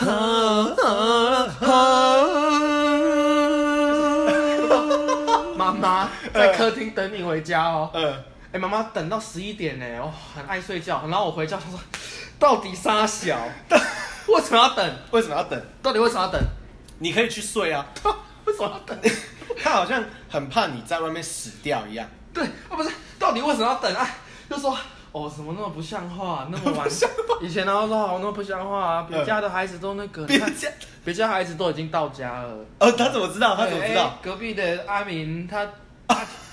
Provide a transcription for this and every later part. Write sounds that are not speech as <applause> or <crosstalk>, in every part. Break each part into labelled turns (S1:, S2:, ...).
S1: <laughs> 妈妈在客厅等你回家哦。
S2: 嗯，
S1: 哎、妈妈等到十一点呢，我很爱睡觉。然后我回家，她说 <laughs> 到底啥小？ <laughs> 为什么要等？
S2: 为什么要等？
S1: 到底为什么要等？ <laughs>
S2: 你可以去睡啊。
S1: 为什么要等？
S2: 他好像很怕你在外面死掉一样。
S1: 对，啊不是，到底为什么要等啊？就说哦，怎么那么不像
S2: <laughs>
S1: 话，那么晚。以前然后说好，那么不像话啊，别家的孩子都那个，
S2: 别
S1: 你看
S2: 这样
S1: <laughs> 别家孩子都已经到家了。
S2: 哦，他怎么知道？他怎么知
S1: 哎
S2: 道？啊
S1: 隔壁的阿明他。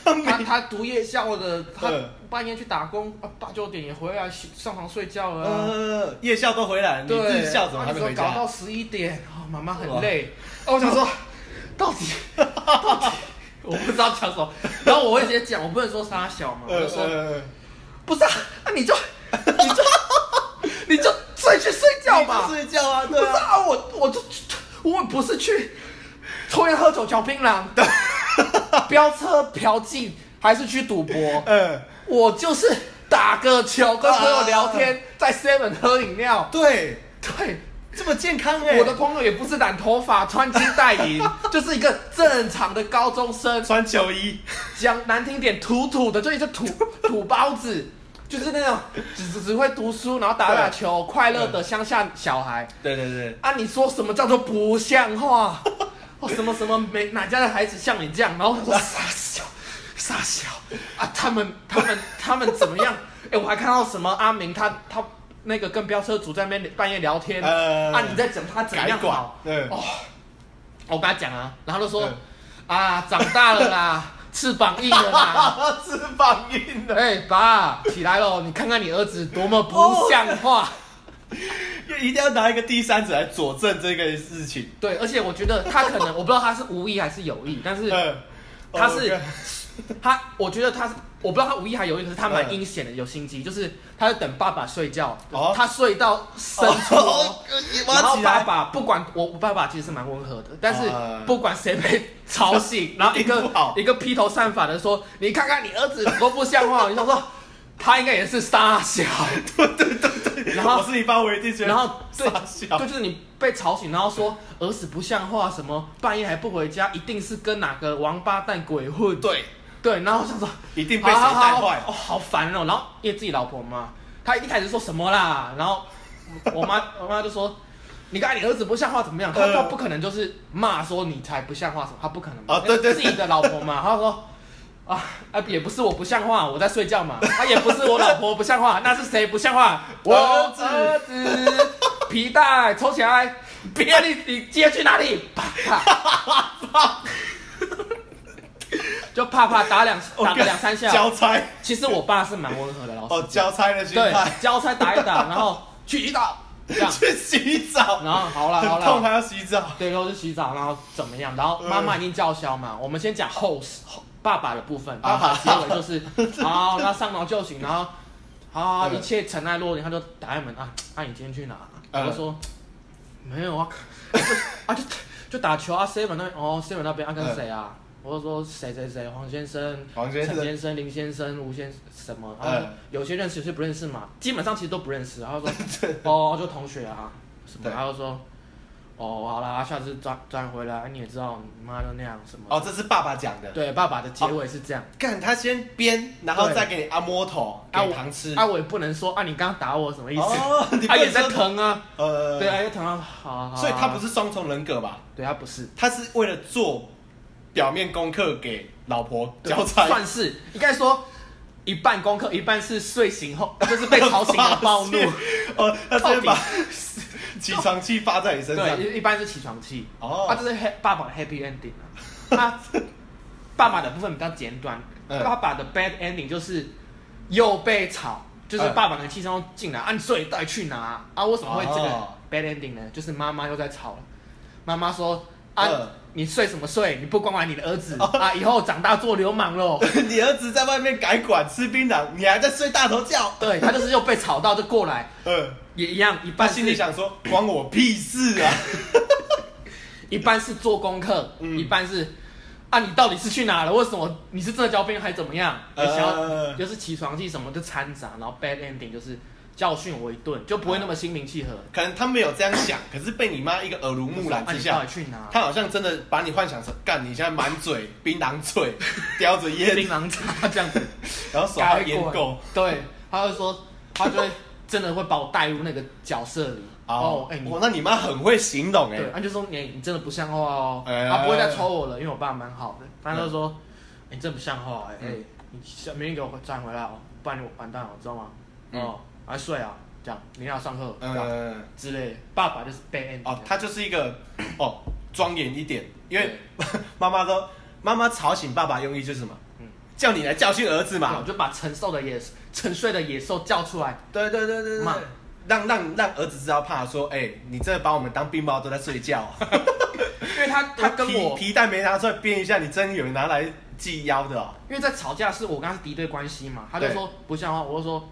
S1: 他他他读夜校的，他
S2: 嗯
S1: 半夜去打工，啊八九点也回来洗上床睡觉了啊、
S2: 呃，夜校都回来了，你
S1: 对，
S2: 日校怎么还
S1: 啊
S2: 没
S1: 你说
S2: 回
S1: 搞
S2: 家
S1: 到？十一点，哦，妈妈
S2: 是吧
S1: 很累。哦，我想说，到
S2: <laughs>
S1: 底到底，我不知道讲什么。然后我会直接讲，我不能说傻小嘛，我就说
S2: <laughs> 呃，
S1: 不是啊，那你就你就你就睡去睡觉嘛。
S2: 睡觉啊，
S1: 不
S2: 对
S1: 是
S2: 啊，
S1: 啊，我我就我不是去抽烟喝酒嚼槟榔、飙车嫖妓，还是去赌博，
S2: 嗯，
S1: 我就是打个球，跟朋友聊天，在 Seven 喝饮料。
S2: 对，
S1: 对，
S2: 这么健康哎，
S1: 我的朋友也不是染头发、穿金戴银， <laughs> 就是一个正常的高中生。
S2: 穿球衣，
S1: 讲难听点，土土的，就一只
S2: <laughs>
S1: 土土包子，就是那种只只只会读书，然后打打球，快乐的乡下小孩。
S2: 对对对，
S1: 啊，你说什么叫做不像
S2: <laughs>
S1: 话？哦，什么什么没哪家的孩子像你这样？然后我说傻笑，傻笑啊！他们他们他们怎
S2: <laughs>
S1: 么样？哎、我还看到什么阿明他他那个跟飙车族在那边半夜聊天、
S2: 呃
S1: 啊！你在讲他怎样
S2: 改管
S1: 好？
S2: 嗯
S1: 哦，我跟他讲啊，然后他就说、
S2: 嗯
S1: 啊，长大了
S2: <laughs>
S1: 啦，翅膀硬了啦。
S2: 翅膀硬的，
S1: <laughs> 哎、爸，起来喽！你看看你儿子多么不像话。
S2: 哦一定要拿一个第三者来佐证这个事情。
S1: 对，而且我觉得他可能，我不知道他是无意还是有意，但是
S2: 嗯，
S1: 他
S2: <laughs> 哦
S1: 是、
S2: 我看
S1: <laughs> 他，我觉得他是，我不知道他无意还有意，可是他蛮
S2: 嗯
S1: 阴险的，有心机，就是他在等爸爸睡觉，
S2: 哦
S1: 他睡到深处哦。
S2: 哦，你
S1: <laughs> 然
S2: 挖
S1: 后
S2: 起
S1: 爸
S2: 来，
S1: 爸不管我，我爸爸其实是蛮温和的，但是
S2: 嗯
S1: 不管谁被吵
S2: <laughs>
S1: 醒，然后一
S2: 一定
S1: 个
S2: 不好
S1: 一个披头散发的说：“你看看你儿子多不像话。”你想说他应该也是傻小，然后
S2: 我是一般我一定觉得，
S1: 然后对
S2: 傻笑
S1: 对，，就是你被吵醒，然后说儿子不像话，什么半夜还不回家，一定是跟哪个王八蛋鬼混。
S2: 对，
S1: 对，然后我想说
S2: 一定被
S1: 好
S2: 谁
S1: 好
S2: 带
S1: 好，
S2: 坏
S1: 哦，？好烦哦。然后因为自己老婆嘛，她一开始说什么啦，然后我我
S2: <laughs>
S1: 妈我妈就说。你看你儿子不像话怎么样？她
S2: 呃
S1: 她不可能就是骂说你才不像话什么，她不可能嘛。
S2: 哦对对对
S1: 自己的老婆
S2: <laughs>
S1: 嘛，她说啊啊也不是我不像话，我在睡觉嘛。啊也不是我老婆不像话， <laughs> 那是谁不像话？我
S2: 儿
S1: 儿
S2: 子
S1: 子皮带抽起来，别你你接去哪里？啪啪，就啪啪打
S2: <laughs>
S1: 两
S2: 哦
S1: 打个两三下，
S2: 交差
S1: 其实我爸是蛮温和的老师，
S2: 哦，交差的心
S1: 对
S2: 态，，
S1: 交差打一打，然后去洗澡，这样，
S2: <laughs> 去洗澡，
S1: 然后好了好
S2: 很痛
S1: 了，
S2: 还要洗澡，
S1: 对，然后就洗澡，然后怎么样？然后妈
S2: 嗯
S1: 妈已经叫嚣嘛，我们先讲后后爸爸的部
S2: 啊
S1: 分，爸爸的结
S2: <laughs>
S1: 尾就是，好，那上床就醒，然后好，
S2: 嗯
S1: 一切尘埃落定，他就打开门啊，啊，你今天去哪？
S2: 嗯
S1: 我就说没有啊，啊就就打球啊，seven 那边哦，seven 那边啊跟谁啊？我就说谁谁谁，黄先生、
S2: 嗯黄先生
S1: 陈先生、林先生、吴先生什么，然后
S2: 嗯
S1: 有些认识，有些不认识嘛，基本上其实都不认识。然后说
S2: <laughs>
S1: 哦，就同学啊什么，
S2: 对
S1: 然后说哦好啦，下次转转回来，你也知道你妈就那样什么。
S2: 哦，这是爸爸讲的。
S1: 对，爸爸的结尾是这样。
S2: 干，他先编，然后
S1: 对
S2: 再给你按摩头，
S1: 啊
S2: 给
S1: 我
S2: 糖吃。
S1: 啊我也不能说啊你刚刚打我什么意思？
S2: 哦，你不
S1: 啊也
S2: 能
S1: 在
S2: 说
S1: 疼啊，
S2: 呃，
S1: 对啊也疼啊，好啊好啊。
S2: 所以他不
S1: 是，
S2: 是双重人格吧？
S1: 对他不是。
S2: 他是为了做表面功课给老婆
S1: 对
S2: 交差，
S1: 算是应该说一半功课，一半是睡醒后就是
S2: <laughs>
S1: 被吵醒的暴怒
S2: 发。泄。哦，他直接把
S1: 到
S2: 起床气发在你身上。
S1: 对，一一般是起床气。
S2: 哦
S1: 啊，这是 ha- 爸爸的 happy ending 啊。 <laughs> 他爸爸的部分比较简短，
S2: 嗯
S1: 爸爸的 bad ending 就是又被吵，就是
S2: 嗯
S1: 爸爸的气声进来，按睡袋去拿啊？为什么会这个
S2: 哦
S1: bad ending 呢？就是妈妈又在吵了。妈妈说啊
S2: 嗯，哦
S1: 你睡什么睡？你不关怀你的儿子啊，以后长大做流氓
S2: <laughs>
S1: 喽。
S2: 你儿子在外面改管吃槟榔，你还在睡大头觉。
S1: 对他就是又被吵到就过来，
S2: 嗯，
S1: 也一样，一
S2: 他
S1: 半
S2: 心里
S1: 是
S2: 想说，关我屁事啊！
S1: 一半是做功课，
S2: 嗯
S1: 一半是啊，你到底是去哪了？为什么你是真的交兵还怎么样？
S2: 呃
S1: 想要就是起床气什么就掺杂，然后 bad ending 就是教训我一顿，就不会那么心平气和。
S2: 可能他没有这样想，可是被你妈一个耳濡目染
S1: 啊
S2: 嗯之
S1: 你到
S2: 下
S1: 底，去哪？
S2: 他好像真的把你幻想成干，你现在满嘴槟榔嘴，叼着
S1: 槟
S2: 烟，
S1: 榔渣这样
S2: <laughs>
S1: 子，
S2: 然后手
S1: 嘎
S2: 还
S1: 过
S2: 烟
S1: 来
S2: 垢，。
S1: 对，他会说，他就会真的会把我带入那个角色里。哦，哎，你
S2: 哇，那你妈很会形容哎
S1: 对，，啊他就说你你真的不像话哦，
S2: 哎
S1: 他不会再抽我了，因为我爸蛮好的。他就说你真的不像话，哎，哎
S2: 嗯
S1: 你下明天给我转回来哦，不然你完蛋了，知道吗？
S2: 嗯
S1: 哦，还睡啊，这样明天要上课，这样
S2: 嗯，
S1: 之类的。爸爸就是 bad end
S2: 哦，他就是一个哦庄严一点，因为
S1: 对
S2: <laughs> 妈妈都妈妈吵醒爸爸用意就是什么
S1: 嗯？
S2: 叫你来教训儿子
S1: 嘛，
S2: 嘛。
S1: 就把沉瘦的野沉睡的野兽叫出
S2: <laughs>
S1: 来，
S2: 对对对对对
S1: 骂，
S2: 让让让儿子知道怕说，哎，你真的把我们当冰雹都在睡觉。
S1: 因为他 <laughs> 他跟
S2: 皮
S1: 我，
S2: 皮带没拿出来编一下，你真有人拿来系腰的哦。
S1: 因为在吵架是我跟他是敌对关系嘛，他就
S2: 对
S1: 说不像话，我就说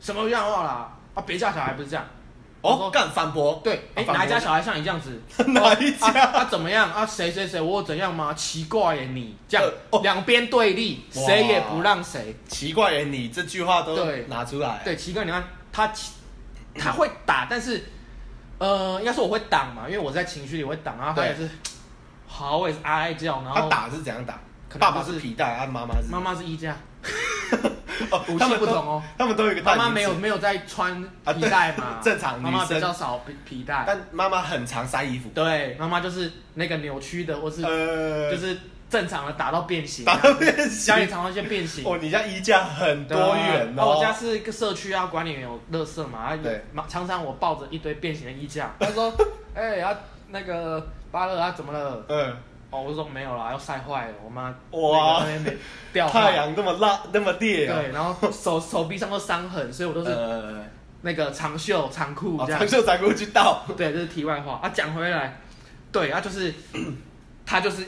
S1: 什么不像话啦，啊别家小孩不是这样，我
S2: 哦，
S1: 说
S2: 干反驳，
S1: 对，哎、
S2: 啊反
S1: 哪一
S2: 驳
S1: 家小孩像你这样子？
S2: <laughs> 哪一家
S1: 啊啊怎么样啊？谁谁谁，我有怎样吗？奇怪耶，你这样
S2: 呃哦
S1: 两边、对立，
S2: 哇
S1: 谁也不让谁。
S2: 奇怪耶，你这句话都
S1: 对
S2: 拿出来，，
S1: 对，奇怪，你看他起，他会打，但是呃，应该说我会挡嘛，因为我在情绪里会挡，然后他
S2: 对
S1: 也是，好，我也是哀哀叫，然
S2: 他
S1: 后
S2: 打是怎样打
S1: 可？能
S2: 爸爸
S1: 就是
S2: 是皮带，啊，妈妈是
S1: 妈妈是衣架，
S2: 哦
S1: 武器
S2: 他们
S1: 不
S2: 都
S1: 同哦
S2: 他们都有一个代
S1: 妈妈
S2: 名词
S1: 没有，没有在穿
S2: 啊
S1: 皮
S2: 对
S1: 带嘛，
S2: 正常
S1: 妈妈
S2: 女生
S1: 比较少皮皮带，
S2: 但妈妈很常塞衣服，
S1: 对，妈妈就是那个扭曲的，或是
S2: 呃， <laughs>
S1: 就是正常的打到变形啊，
S2: 打到变
S1: 家里
S2: 形。
S1: 常常一些变形。啊
S2: 哦，你家衣架很多元
S1: 那
S2: 哦，
S1: 啊我家是一个社区啊，管理员有垃圾嘛，啊
S2: 对
S1: 嘛常常我抱着一堆变形的衣
S2: <laughs>
S1: 架，他说：“哎、啊那个巴乐啊，怎么了
S2: 嗯，？”
S1: 哦，我说没有啦，要晒坏了，我妈
S2: 哇
S1: 那个那边掉坏
S2: 太阳那么辣，那么烈啊，
S1: 对，然后
S2: <laughs>
S1: 手手臂上都伤痕，所以我都是
S2: 呃，
S1: 那个长袖长裤
S2: 哦
S1: 这样。
S2: 长袖长裤去倒，
S1: 对，这是题外话啊。讲回来，对啊，就是他就是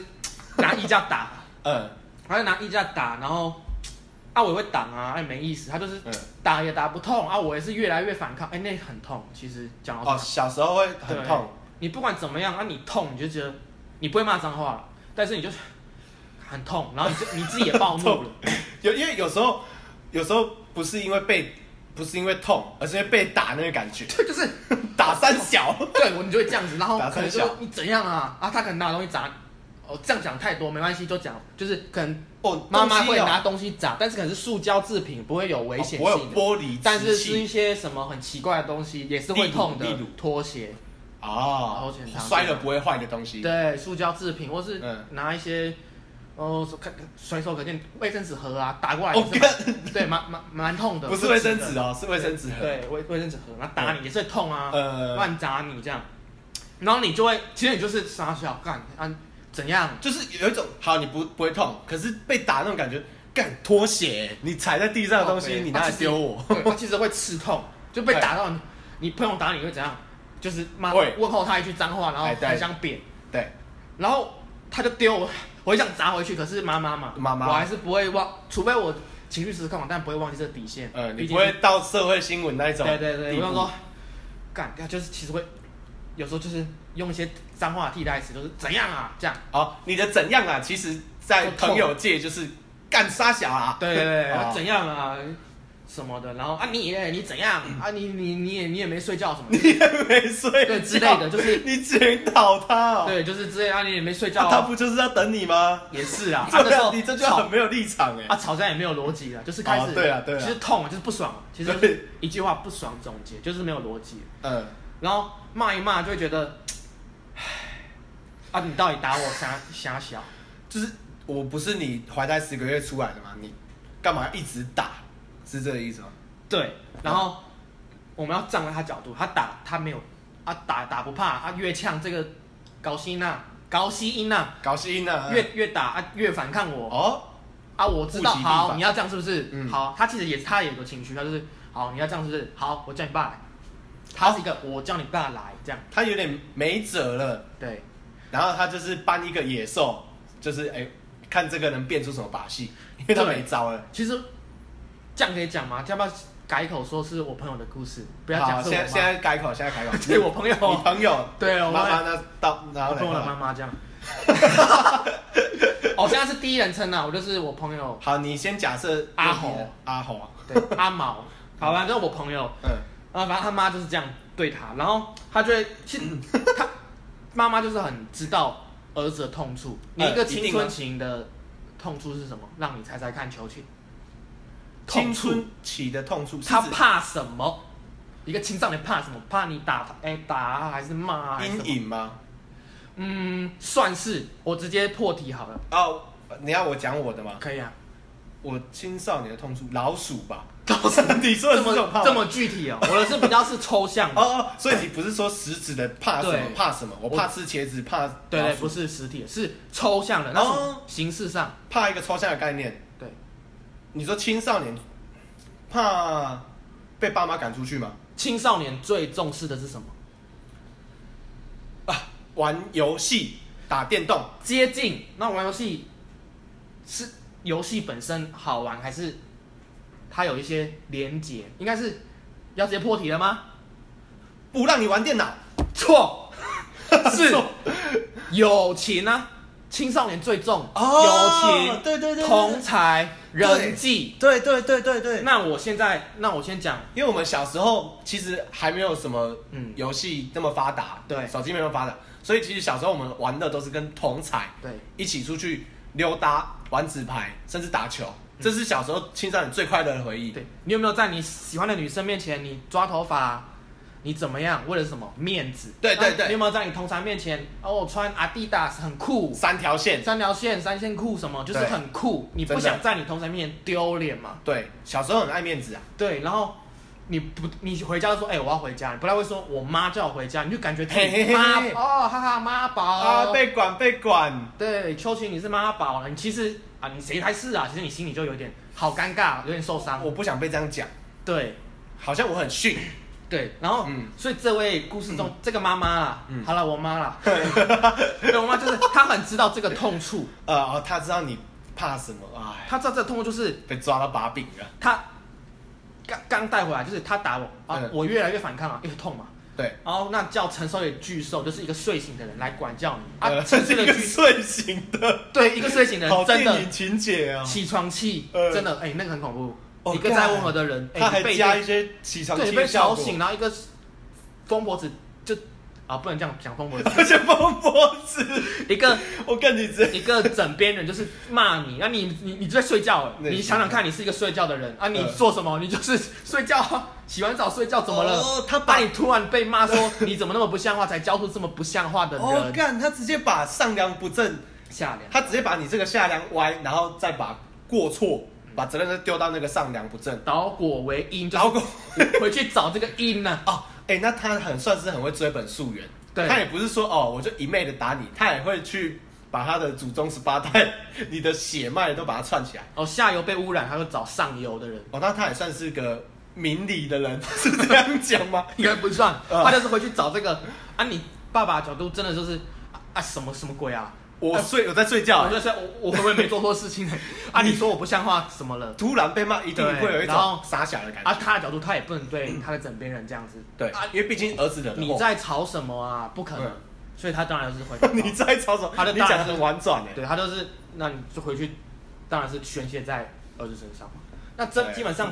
S1: 拿衣架打，
S2: 嗯
S1: 他就拿衣架打，然后啊我也会挡啊，哎没意思，他就是
S2: 嗯，
S1: 打也打不痛啊，我也是越来越反抗，哎、那很痛。其实讲到
S2: 哦，
S1: 这个、
S2: 小时候会
S1: 对
S2: 很痛，
S1: 你不管怎么样啊，你痛你就觉得你不会骂脏话了，但是你就是很痛，然后
S2: <laughs>
S1: 你就你自己也暴怒了，
S2: 有因为有时候有时候不是因为被不是因为痛，而是因为被打那个感觉， <laughs>
S1: 对，就是
S2: 打三小，
S1: 对我你就会这样子，然后
S2: 打
S1: 可能就
S2: 三
S1: 是
S2: 小
S1: 你怎样啊啊，他可能拿东西砸，哦这样讲太多没关系，就讲就是可能
S2: 哦，
S1: <laughs> 妈妈会
S2: 东西哦哦
S1: 拿东西砸，但是可能是塑胶制品，不会有危险
S2: 我有
S1: 性的。
S2: 玻璃，
S1: 但是是一些什么很奇怪的东西，也是会
S2: 例如
S1: 痛的
S2: 例如，
S1: 拖鞋，
S2: 啊
S1: 好简单
S2: 摔了不会坏的东西，
S1: 对，塑胶制品，或是
S2: 嗯
S1: 拿一些，哦，看随手可见卫生纸盒啊，打过来也
S2: 哦
S1: 是蛮，对，蛮蛮蛮痛的，
S2: 不是卫生纸哦，是卫生纸盒，嗯
S1: 对，卫卫生纸盒，然后打你也是会痛啊，
S2: 呃，
S1: 乱砸你这样，然后你就会，其实你就是傻笑干啊，怎
S2: <laughs>
S1: 样？
S2: 就是有一种好你不不会痛，可是被打那种感觉，干拖鞋，你踩在地上的东西，
S1: 哦对
S2: 你拿来丢我，
S1: 对，它其实会刺痛，就被打到你，你朋友打你会怎样？就是骂
S2: 哎会
S1: 问候他一句脏话，然后
S2: 哎对
S1: 很想扁，
S2: 对，
S1: 然后他就丢我，我会想砸回去，可是妈妈嘛，
S2: 妈妈
S1: 我还是不会忘，除非我情绪失控，但不会忘记这个底线。
S2: 呃，你
S1: 毕
S2: 不
S1: 竟
S2: 会到社会新闻那一种，
S1: 对对对，我想说，干掉就是其实会，有时候就是用一些脏话替代词，就是怎样啊这样。
S2: 哦，你的怎样啊？其实，在
S1: 就痛
S2: 朋友界就是干杀小啊，
S1: 对对对，
S2: 哦
S1: 啊怎样啊什么的，然后啊你嘞你怎样啊你你你也你也没睡觉什么的，
S2: <laughs> 没睡
S1: 对之类的就是
S2: 你检讨他哦。
S1: 对，就是之类啊你也没睡觉
S2: 那他
S1: 啊，
S2: 不就是要等你吗？
S1: 也是啊，啊
S2: <laughs> 这
S1: 那时
S2: 样
S1: 候
S2: 你这就
S1: 吵
S2: 很没有立场哎
S1: 啊，。吵架也没有逻辑了，就是开始、
S2: 哦对啊对啊
S1: 其实痛啊，就是不爽啊，其实就是
S2: 对
S1: 一句话不爽总结，就是没有逻辑，
S2: 嗯，
S1: 然后骂一骂就会觉得，唉，啊，你到底打我瞎瞎小？
S2: 就是我不是你怀胎十个月出来的吗？你干嘛一直打？是这个意思吗？
S1: 对，然后我们要站在他角度，他打他没有，啊打打不怕，啊越呛这个高希娜高希音呐、
S2: 高兴啊！
S1: 越越打啊越反抗我，
S2: 哦，
S1: 啊，我知道，
S2: 物极必
S1: 好，
S2: 反
S1: 你要这样是不是？
S2: 嗯
S1: 好，他其实也他也有个情绪，他就是好，你要这样是不是？好，我叫你爸来，他是一个我叫你爸来这样，
S2: 他有点没辙了，
S1: 对
S2: 然后他就是搬一个野兽，就是哎、看这个能变出什么把戏，因为他
S1: 对
S2: 没招了。
S1: 其实这样可以讲吗？要不要改口说是我朋友的故事？不要
S2: 好，
S1: 讲是
S2: 现
S1: 我
S2: 在现
S1: 妈，
S2: 在改口，现在改口。
S1: <laughs> 对我朋友，
S2: 你朋友
S1: 对我
S2: 妈妈那到然后
S1: 我
S2: 嘞
S1: 跟我的妈妈这样。
S2: <laughs>
S1: 哦，现在是第一人称啊，我就是我朋友，
S2: 好，你先假设
S1: 阿猴，
S2: 阿猴啊， <laughs>
S1: 对阿毛，好吧，就是我朋友，
S2: 嗯，
S1: 然后反正他妈就是这样对他，然后他就会，其
S2: <laughs>
S1: 实他妈妈就是很知道儿子的痛处。你
S2: 呃
S1: 一个
S2: 一
S1: 青
S2: 定啊
S1: 春期的痛处是什么？让你猜猜看，求情。
S2: 青
S1: 痛
S2: 春
S1: 处
S2: 期的痛处，
S1: 他
S2: 是指
S1: 怕什么？一个青少年怕什么？怕你打他，哎、打啊还是骂啊还是什么
S2: 阴影吗？
S1: 嗯，算是我直接破题好了，
S2: 哦，你要我讲我的吗？
S1: 可以啊。
S2: 我青少年的痛处，老鼠吧？
S1: 老师，
S2: <laughs> 你说的
S1: 这
S2: 是这种怕
S1: 么
S2: 吗
S1: 这么具
S2: <laughs>
S1: 体哦，我的是比较是抽象
S2: 哦
S1: 的，
S2: 哦，所以你不是说实质的怕什么
S1: 对
S2: 怕什么？我
S1: 我
S2: 怕吃茄子，怕
S1: 对
S2: 老
S1: 对，
S2: 鼠
S1: 不是实体的，是抽象的，那
S2: 哦
S1: 种形式上，
S2: 怕一个抽象的概念。
S1: 对，
S2: 你说青少年怕被爸妈赶出去吗？
S1: 青少年最重视的是什么？
S2: 啊，玩游戏、打电动，
S1: 接近。那玩游戏是游戏本身好玩，还是它有一些连结？应该是要直接破题了吗？
S2: 不让你玩电脑， <laughs>
S1: 错，是
S2: 错
S1: 友情啊，青少年最重、
S2: 哦
S1: 友情，
S2: 对对对对
S1: 同才
S2: 对
S1: 人际。
S2: 对对对对对
S1: 那我现在，那我先讲，
S2: 因为我们小时候其实还没有什么
S1: 嗯
S2: 游戏那么发达，
S1: 对
S2: 手机没那么发达，所以其实小时候我们玩的都是跟同才
S1: 对，
S2: 一起出去溜达、玩纸牌，甚至打球，这是小时候青少年最快乐的回忆。
S1: 嗯对你有没有在你喜欢的女生面前你抓头发？啊你怎么样？为了什么面子？
S2: 对对
S1: 那
S2: 对
S1: 你有没有在你同才面前？哦，我穿 Adidas 很酷，
S2: 三条线，
S1: 三条线、三线裤什么，就是
S2: 对
S1: 很酷。你不
S2: 真的
S1: 想在你同才面前丢脸嘛？
S2: 对，小时候很爱面子啊，
S1: 对，然后你不，你回家就说，哎、我要回家，你不太会说，我妈叫我回家，你就感觉自
S2: 嘿嘿嘿
S1: 己妈哦，哈哈，妈宝
S2: 啊，被管被管，
S1: 对，秋晴你是妈宝了，你其实啊，你谁才是啊？其实你心里就有点好尴尬，有点受伤。
S2: 我不想被这样讲，
S1: 对
S2: 好像我很逊，
S1: 对，然后、
S2: 嗯
S1: 所以这位故事中、这个妈妈啦，
S2: 嗯
S1: 好了，我妈
S2: <laughs>
S1: 啦， <laughs> 对我妈就是她很知道这个痛处，
S2: 呃，哦，他知道你怕什么，哎，
S1: 她知道这个痛处就是
S2: 被抓到把柄了，
S1: 她刚刚带回来，就是她打我啊，
S2: 嗯
S1: 我越来越反抗啊，越痛嘛。
S2: 对，
S1: 然后那叫承受一个巨兽，就是一个睡醒的人来管教你啊，
S2: 呃，
S1: 这
S2: 这
S1: 是
S2: 是
S1: 个
S2: <laughs> 一个
S1: 巨，
S2: 睡醒的，
S1: 对，一个睡醒的
S2: 好
S1: 人真
S2: 电
S1: 的
S2: 影情节啊，
S1: 起床气，
S2: 呃
S1: 真的哎，那个很恐怖。
S2: 哦
S1: 一个再温和的人，哎
S2: 他
S1: 你
S2: 还
S1: 被
S2: 加一些起床
S1: 对
S2: 气
S1: 你
S2: 的
S1: 被
S2: 效
S1: 吵
S2: 果，
S1: 醒，然后一个疯婆子就啊，不能这样讲疯婆
S2: <laughs>
S1: 子，
S2: <laughs> 而且风脖子，
S1: 一个
S2: 我跟你这
S1: 一个枕边人就是骂你，那你你你就在睡觉哎，
S2: 对
S1: 你想想看，你是一个睡觉的人啊，你
S2: 呃
S1: 做什么？你就是睡觉啊，洗完澡睡觉怎么了？
S2: 哦他
S1: 把
S2: 把
S1: 你突然被骂说 <laughs> 你怎么那么不像话，才教出这么不像话的
S2: 哦
S1: 人，
S2: 干，他直接把上梁不正，
S1: 下联。
S2: 他直接把你这个下梁歪，然后再把过错，
S1: 嗯
S2: 把责任都丢到那个上梁不正。
S1: 导果为因，就
S2: 然后过
S1: 是回去找这个因啊呢、
S2: 哦，哎、那他很算是很会追本溯源，
S1: 对
S2: 他也不是说哦，我就一昧的打你，他也会去把他的祖宗十八代、你的血脉都把它串起来。
S1: 哦，下游被污染，他会找上游的人，
S2: 哦，那他也算是个明理的人， <laughs> 是这样讲吗？
S1: 应该不算，
S2: 呃
S1: 他就是回去找这个啊。你爸爸的角度真的就是啊啊什么什么鬼啊？
S2: 我睡，我在睡觉
S1: 我，就是我我会不会没做错事
S2: <laughs>
S1: 情呢、啊？你说我不像话怎么了？
S2: 突然被骂，一定
S1: 对
S2: 会有一
S1: 然后
S2: 种傻小的感觉。
S1: 啊，他的角度他也不能对他的枕边人这样子，
S2: 对
S1: 啊，，
S2: 因为毕竟儿子的
S1: 你在吵什么啊？不可能
S2: 哦嗯，
S1: 所以他当然是回去
S2: <laughs> 你
S1: 找，
S2: 在吵什么？
S1: 他的
S2: 你
S1: 大
S2: 讲
S1: 人
S2: 得很婉转哎。
S1: 对他就是那你就回去，当然是宣泄在儿子身上嘛。那这
S2: 对
S1: 基本上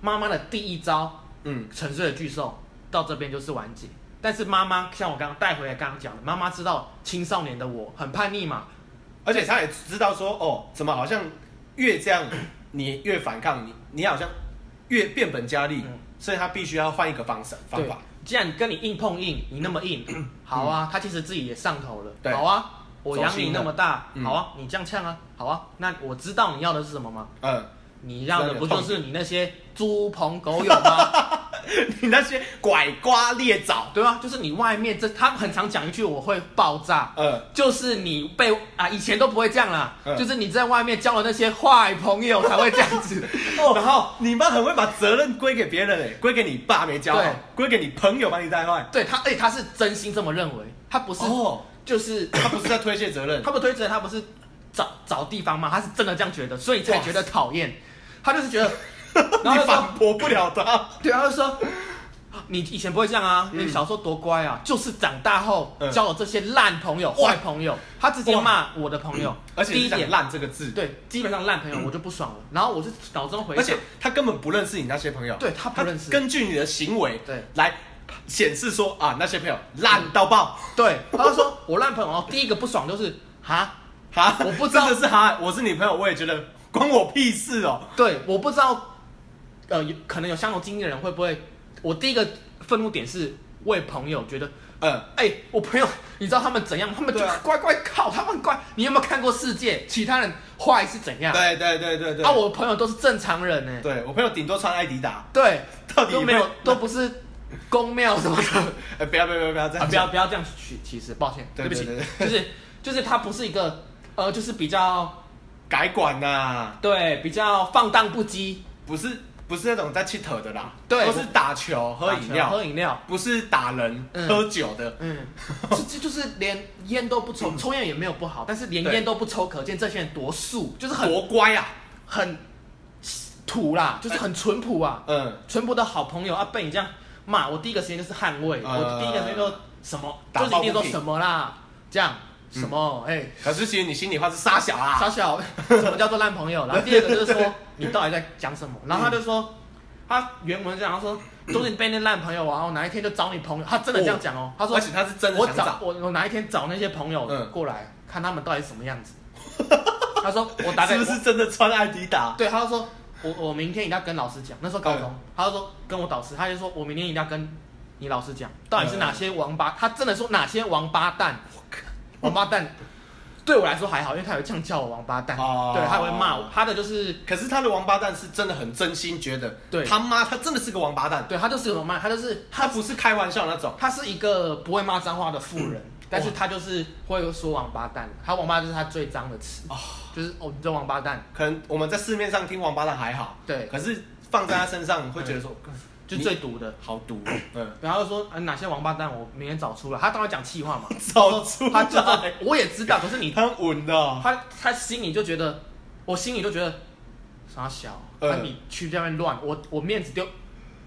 S1: 妈妈的第一招
S2: 嗯，
S1: 沉睡的巨兽到这边就是完结。但是妈妈像我刚刚带回来刚刚讲的，妈妈知道青少年的我很叛逆嘛，
S2: 而且他也知道说，哦，怎么好像越这样，你越反抗，你你好像越变本加厉，
S1: 嗯
S2: 所以他必须要换一个方式方
S1: 对
S2: 法。。嗯
S1: 既然跟你硬碰硬，你那么硬，好啊，他其实自己也上头了，
S2: 对
S1: 好啊，我养
S2: 走
S1: 你
S2: 心了
S1: 那么大，
S2: 嗯
S1: 好啊，你这样呛啊，好啊，那我知道你要的是什么吗？
S2: 嗯，
S1: 你要的不
S2: 知
S1: 就
S2: 道你的痛
S1: 是你那些猪朋狗友吗？
S2: <laughs>
S1: <laughs>
S2: 你那些拐瓜裂枣，
S1: 对吧、啊就是你外面这，他很常讲一句，我会爆炸，
S2: 呃，
S1: 就是你被啊，以前都不会这样啦，
S2: 嗯
S1: 就是你在外面交了那些坏朋友才会这样子。
S2: 哦，然后你妈很会把责任归给别人哎，归给你爸没教好
S1: 对，
S2: 归给你朋友把你带坏。
S1: 对他，而且他是真心这么认为，他不是、
S2: 哦，
S1: 就是
S2: 他不是在推卸责任
S1: 他，不推责，他不是找找地方嘛，他是真的这样觉得，所以才觉得
S2: <laughs>
S1: 讨厌。他就是觉得，然
S2: 你
S1: 后他说，
S2: 反驳不了他。
S1: 对，他就说你以前不会这样啊，
S2: 嗯
S1: 你小时候多乖啊，就是长大后
S2: 嗯
S1: 交了这些烂朋友、
S2: 哇
S1: 坏朋友，他直接骂我的朋友，
S2: 而且
S1: 第
S2: 你
S1: 一
S2: 讲
S1: 点，
S2: 烂这个字，
S1: 对，基本上烂朋友我就不爽了，然后我是脑中回
S2: 而
S1: 想，
S2: 且他根本不认识你那些朋友，
S1: 对他不
S2: 他
S1: 认识，
S2: 根据你的行为
S1: 对
S2: 来显示说啊那些朋友烂到爆，
S1: 对，他就说我烂朋友，然后第一个不爽就是哈，
S2: 哈，
S1: <laughs> 我不知道
S2: 真的是哈，我是你朋友，我也觉得关我屁事哦，
S1: 对，我不知道，呃，有可能有相同经历的人会不会，我第一个愤怒点是为朋友觉得。
S2: 嗯，
S1: 哎、我朋友，你知道他们怎样吗？他们就
S2: 对啊
S1: 乖乖靠，他们乖。你有没有看过世界其他人坏是怎样？
S2: 呃对对对对对，
S1: 啊，我朋友都是正常人呢、
S2: 对我朋友顶多穿艾迪达，
S1: 对，
S2: <laughs> 到底
S1: 都
S2: 有
S1: 没
S2: 没
S1: 有
S2: 有，
S1: 都不是公庙什么
S2: <laughs>
S1: 的。
S2: 哎不要不要不要不要这
S1: 啊，
S2: 样
S1: 不要
S2: 讲，
S1: 不要这样取，其实抱歉，
S2: 对
S1: 不起
S2: 对
S1: 就
S2: 对，
S1: 是就是他不是一个呃，就是比较
S2: 改管呐，
S1: 对比较放荡不羁，
S2: 不是不是那种在气头的啦，
S1: 对
S2: 都是打球喝饮料，
S1: 哎喝饮料，
S2: 不是打人、
S1: 嗯
S2: 喝酒的，
S1: 嗯， <laughs> 就就就是连烟都不抽，抽烟也没有不好，但是连
S2: 嗯对
S1: 烟都不抽，可见这些人多素，就是很
S2: 多乖啊，
S1: 很土啦，就是很淳朴啊，
S2: 嗯，
S1: 淳朴的好朋友啊，被你这样骂，我第一个时间就是捍卫，
S2: 呃
S1: 我第一个时间就什么，
S2: 打
S1: 就是一定说
S2: 抱不平
S1: 什么啦，这样什么，哎、
S2: 可是其实你心里话是傻小
S1: 小
S2: 啊，
S1: 小什么叫做烂朋友？
S2: <laughs>
S1: 然后第二个就是说你到底在讲什么？然后他就
S2: 嗯
S1: 说，他原文这样他说，周你被那烂朋友啊，我哪一天就找你朋友，他真的这样讲哦，他说
S2: 而且他是真的
S1: 我
S2: 想
S1: 找
S2: 找，
S1: 我我哪一天找那些朋友
S2: 嗯
S1: 过来看他们到底什么样
S2: <laughs>
S1: 子。他说我大概
S2: 是不
S1: 我
S2: 是真的穿艾迪达？
S1: 对，他就说我我明天一定要跟老师讲。那时候高中
S2: 嗯，
S1: 他就说跟我导师，他就说我明天一定要跟你老师讲，到底是哪些王
S2: 嗯
S1: 八，他真的说哪些王八蛋，王八蛋。对我来说还好，因为他有这样叫我王八蛋，
S2: 哦
S1: 对，他也会骂我。他的就是，
S2: 可是他的王八蛋是真的很真心觉得，
S1: 对
S2: 他妈他真的是个王八蛋，
S1: 对他就是有种骂，他就是
S2: 他不是开玩笑那种。
S1: 他是一个不会骂脏话的富人，
S2: 嗯
S1: 但是他就是会说王八蛋，他王八蛋就是他最脏的词，
S2: 哦
S1: 就是哦，你这王八蛋，
S2: 可能我们在市面上听王八蛋还好，
S1: 对
S2: 可是放在他身上会觉得说，
S1: 就
S2: 你
S1: 最毒的。
S2: 好毒，嗯，
S1: 然后就说、啊、哪些王八蛋，我明天找出来。他当然讲气话
S2: <laughs>
S1: 嘛，
S2: 找出
S1: 他就
S2: 来，
S1: 我也知道，可是你
S2: 他稳的哦，
S1: 他他心里就觉得，我心里就觉得傻小，那、
S2: 嗯
S1: 你去那边乱，我我面子丢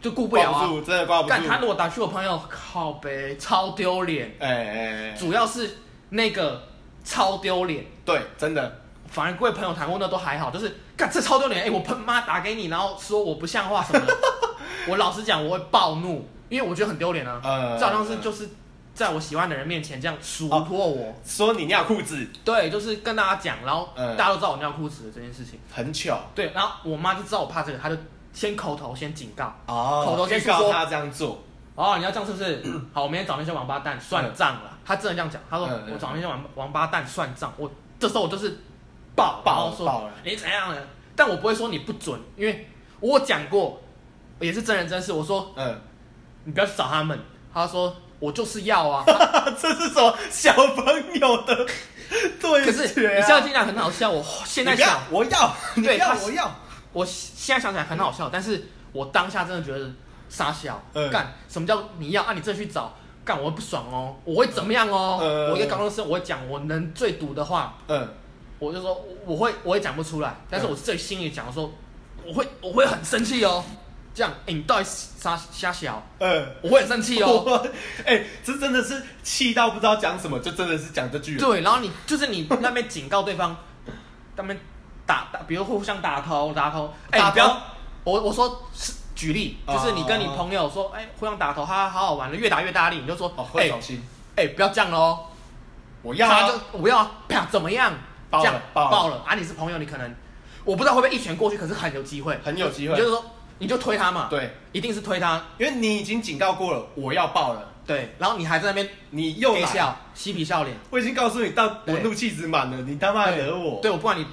S1: 就顾不了
S2: 挂
S1: 啊。
S2: 住，真的挂不
S1: 干他
S2: 住。
S1: 如果打去我朋友，靠呗，超丢脸。
S2: 哎哎，哎
S1: 主要是那个超丢脸，
S2: 对，真的，
S1: 反而各位朋友谈过那都还好，就是干这超丢脸，哎、我喷妈打给你，然后说我不像话什么的，
S2: <laughs>
S1: 我老实讲我会暴怒，因为我觉得很丢脸啊。
S2: 呃，
S1: 这好像是就是在我喜欢的人面前这样数
S2: 哦
S1: 落我。
S2: 说你尿裤子
S1: 对，就是跟大家讲，然后
S2: 嗯
S1: 大家都知道我尿裤子的这件事情。
S2: 很巧
S1: 对，然后我妈就知道我怕这个，她就先口头先警告，
S2: 哦
S1: 口头先
S2: 预
S1: 是
S2: 告
S1: 说
S2: 他这样做，
S1: 哦，你要这样是不是？
S2: <coughs>
S1: 好，我明天找那些王八蛋算账了。她真的这样讲，她说
S2: 嗯嗯
S1: 我找那些王王八蛋算账。我这时候我就是爆
S2: 爆
S1: 然后
S2: 爆
S1: 说
S2: 了
S1: 你怎样了？但我不会说你不准，因为我讲过，也是真人真事。我说
S2: 嗯， <laughs>
S1: 你不要去找他们，她说我就是要啊。
S2: 这是什么小朋友的 <laughs> 对
S1: 可是
S2: 决
S1: 你
S2: 啊
S1: 现在听起来很好笑，我现
S2: 你
S1: 在
S2: 不要
S1: 想，
S2: 我要，你不
S1: 对
S2: 要，
S1: 他
S2: 我要。
S1: 我现在想起来很好笑，但是我当下真的觉得傻笑
S2: 嗯，
S1: 干、什么叫你要啊？你真的去找，干我会不爽哦，我会怎么样哦？
S2: 嗯
S1: 我一个高中生，我会讲我能最毒的话，
S2: 嗯，
S1: 我就说我我会我也讲不出来，但是我最心里讲说，我会我会很生气哦，这样，哎、你到底傻瞎小，
S2: 嗯，
S1: 我会很生气哦。
S2: 我 <laughs> 哎、这真的是气到不知道讲什么，就真的是讲这句了。
S1: 对，然后你就是你那边警告对方，他们打打，比如互相打头打头，哎、
S2: 打
S1: 你不要
S2: 头，
S1: 我我说是举例，
S2: 哦
S1: 就是你跟你朋友说，哎、互相打头，哈，好好玩了，越打越大力，你就说，
S2: 哦，会
S1: 哎、
S2: 走心，
S1: 哎、不要这样喽，
S2: 我要
S1: 他就
S2: 啊，
S1: 我要啊啪怎么样，
S2: 爆了
S1: 这样
S2: 爆了
S1: 爆了啊！你是朋友，你可能我不知道会不会一拳过去，可是很有机会，
S2: 很有机
S1: 你
S2: 会。
S1: 就是说你就推他嘛，，
S2: 对，
S1: 一定是推他，
S2: 因为你已经警告过了，我要爆了，
S1: 对，然后你还在那边
S2: 你又
S1: 给
S2: 来。
S1: 笑，嬉皮笑脸，
S2: 我已经告诉你，到我
S1: 对
S2: 怒气值满了，你他妈惹我。
S1: 对我不管你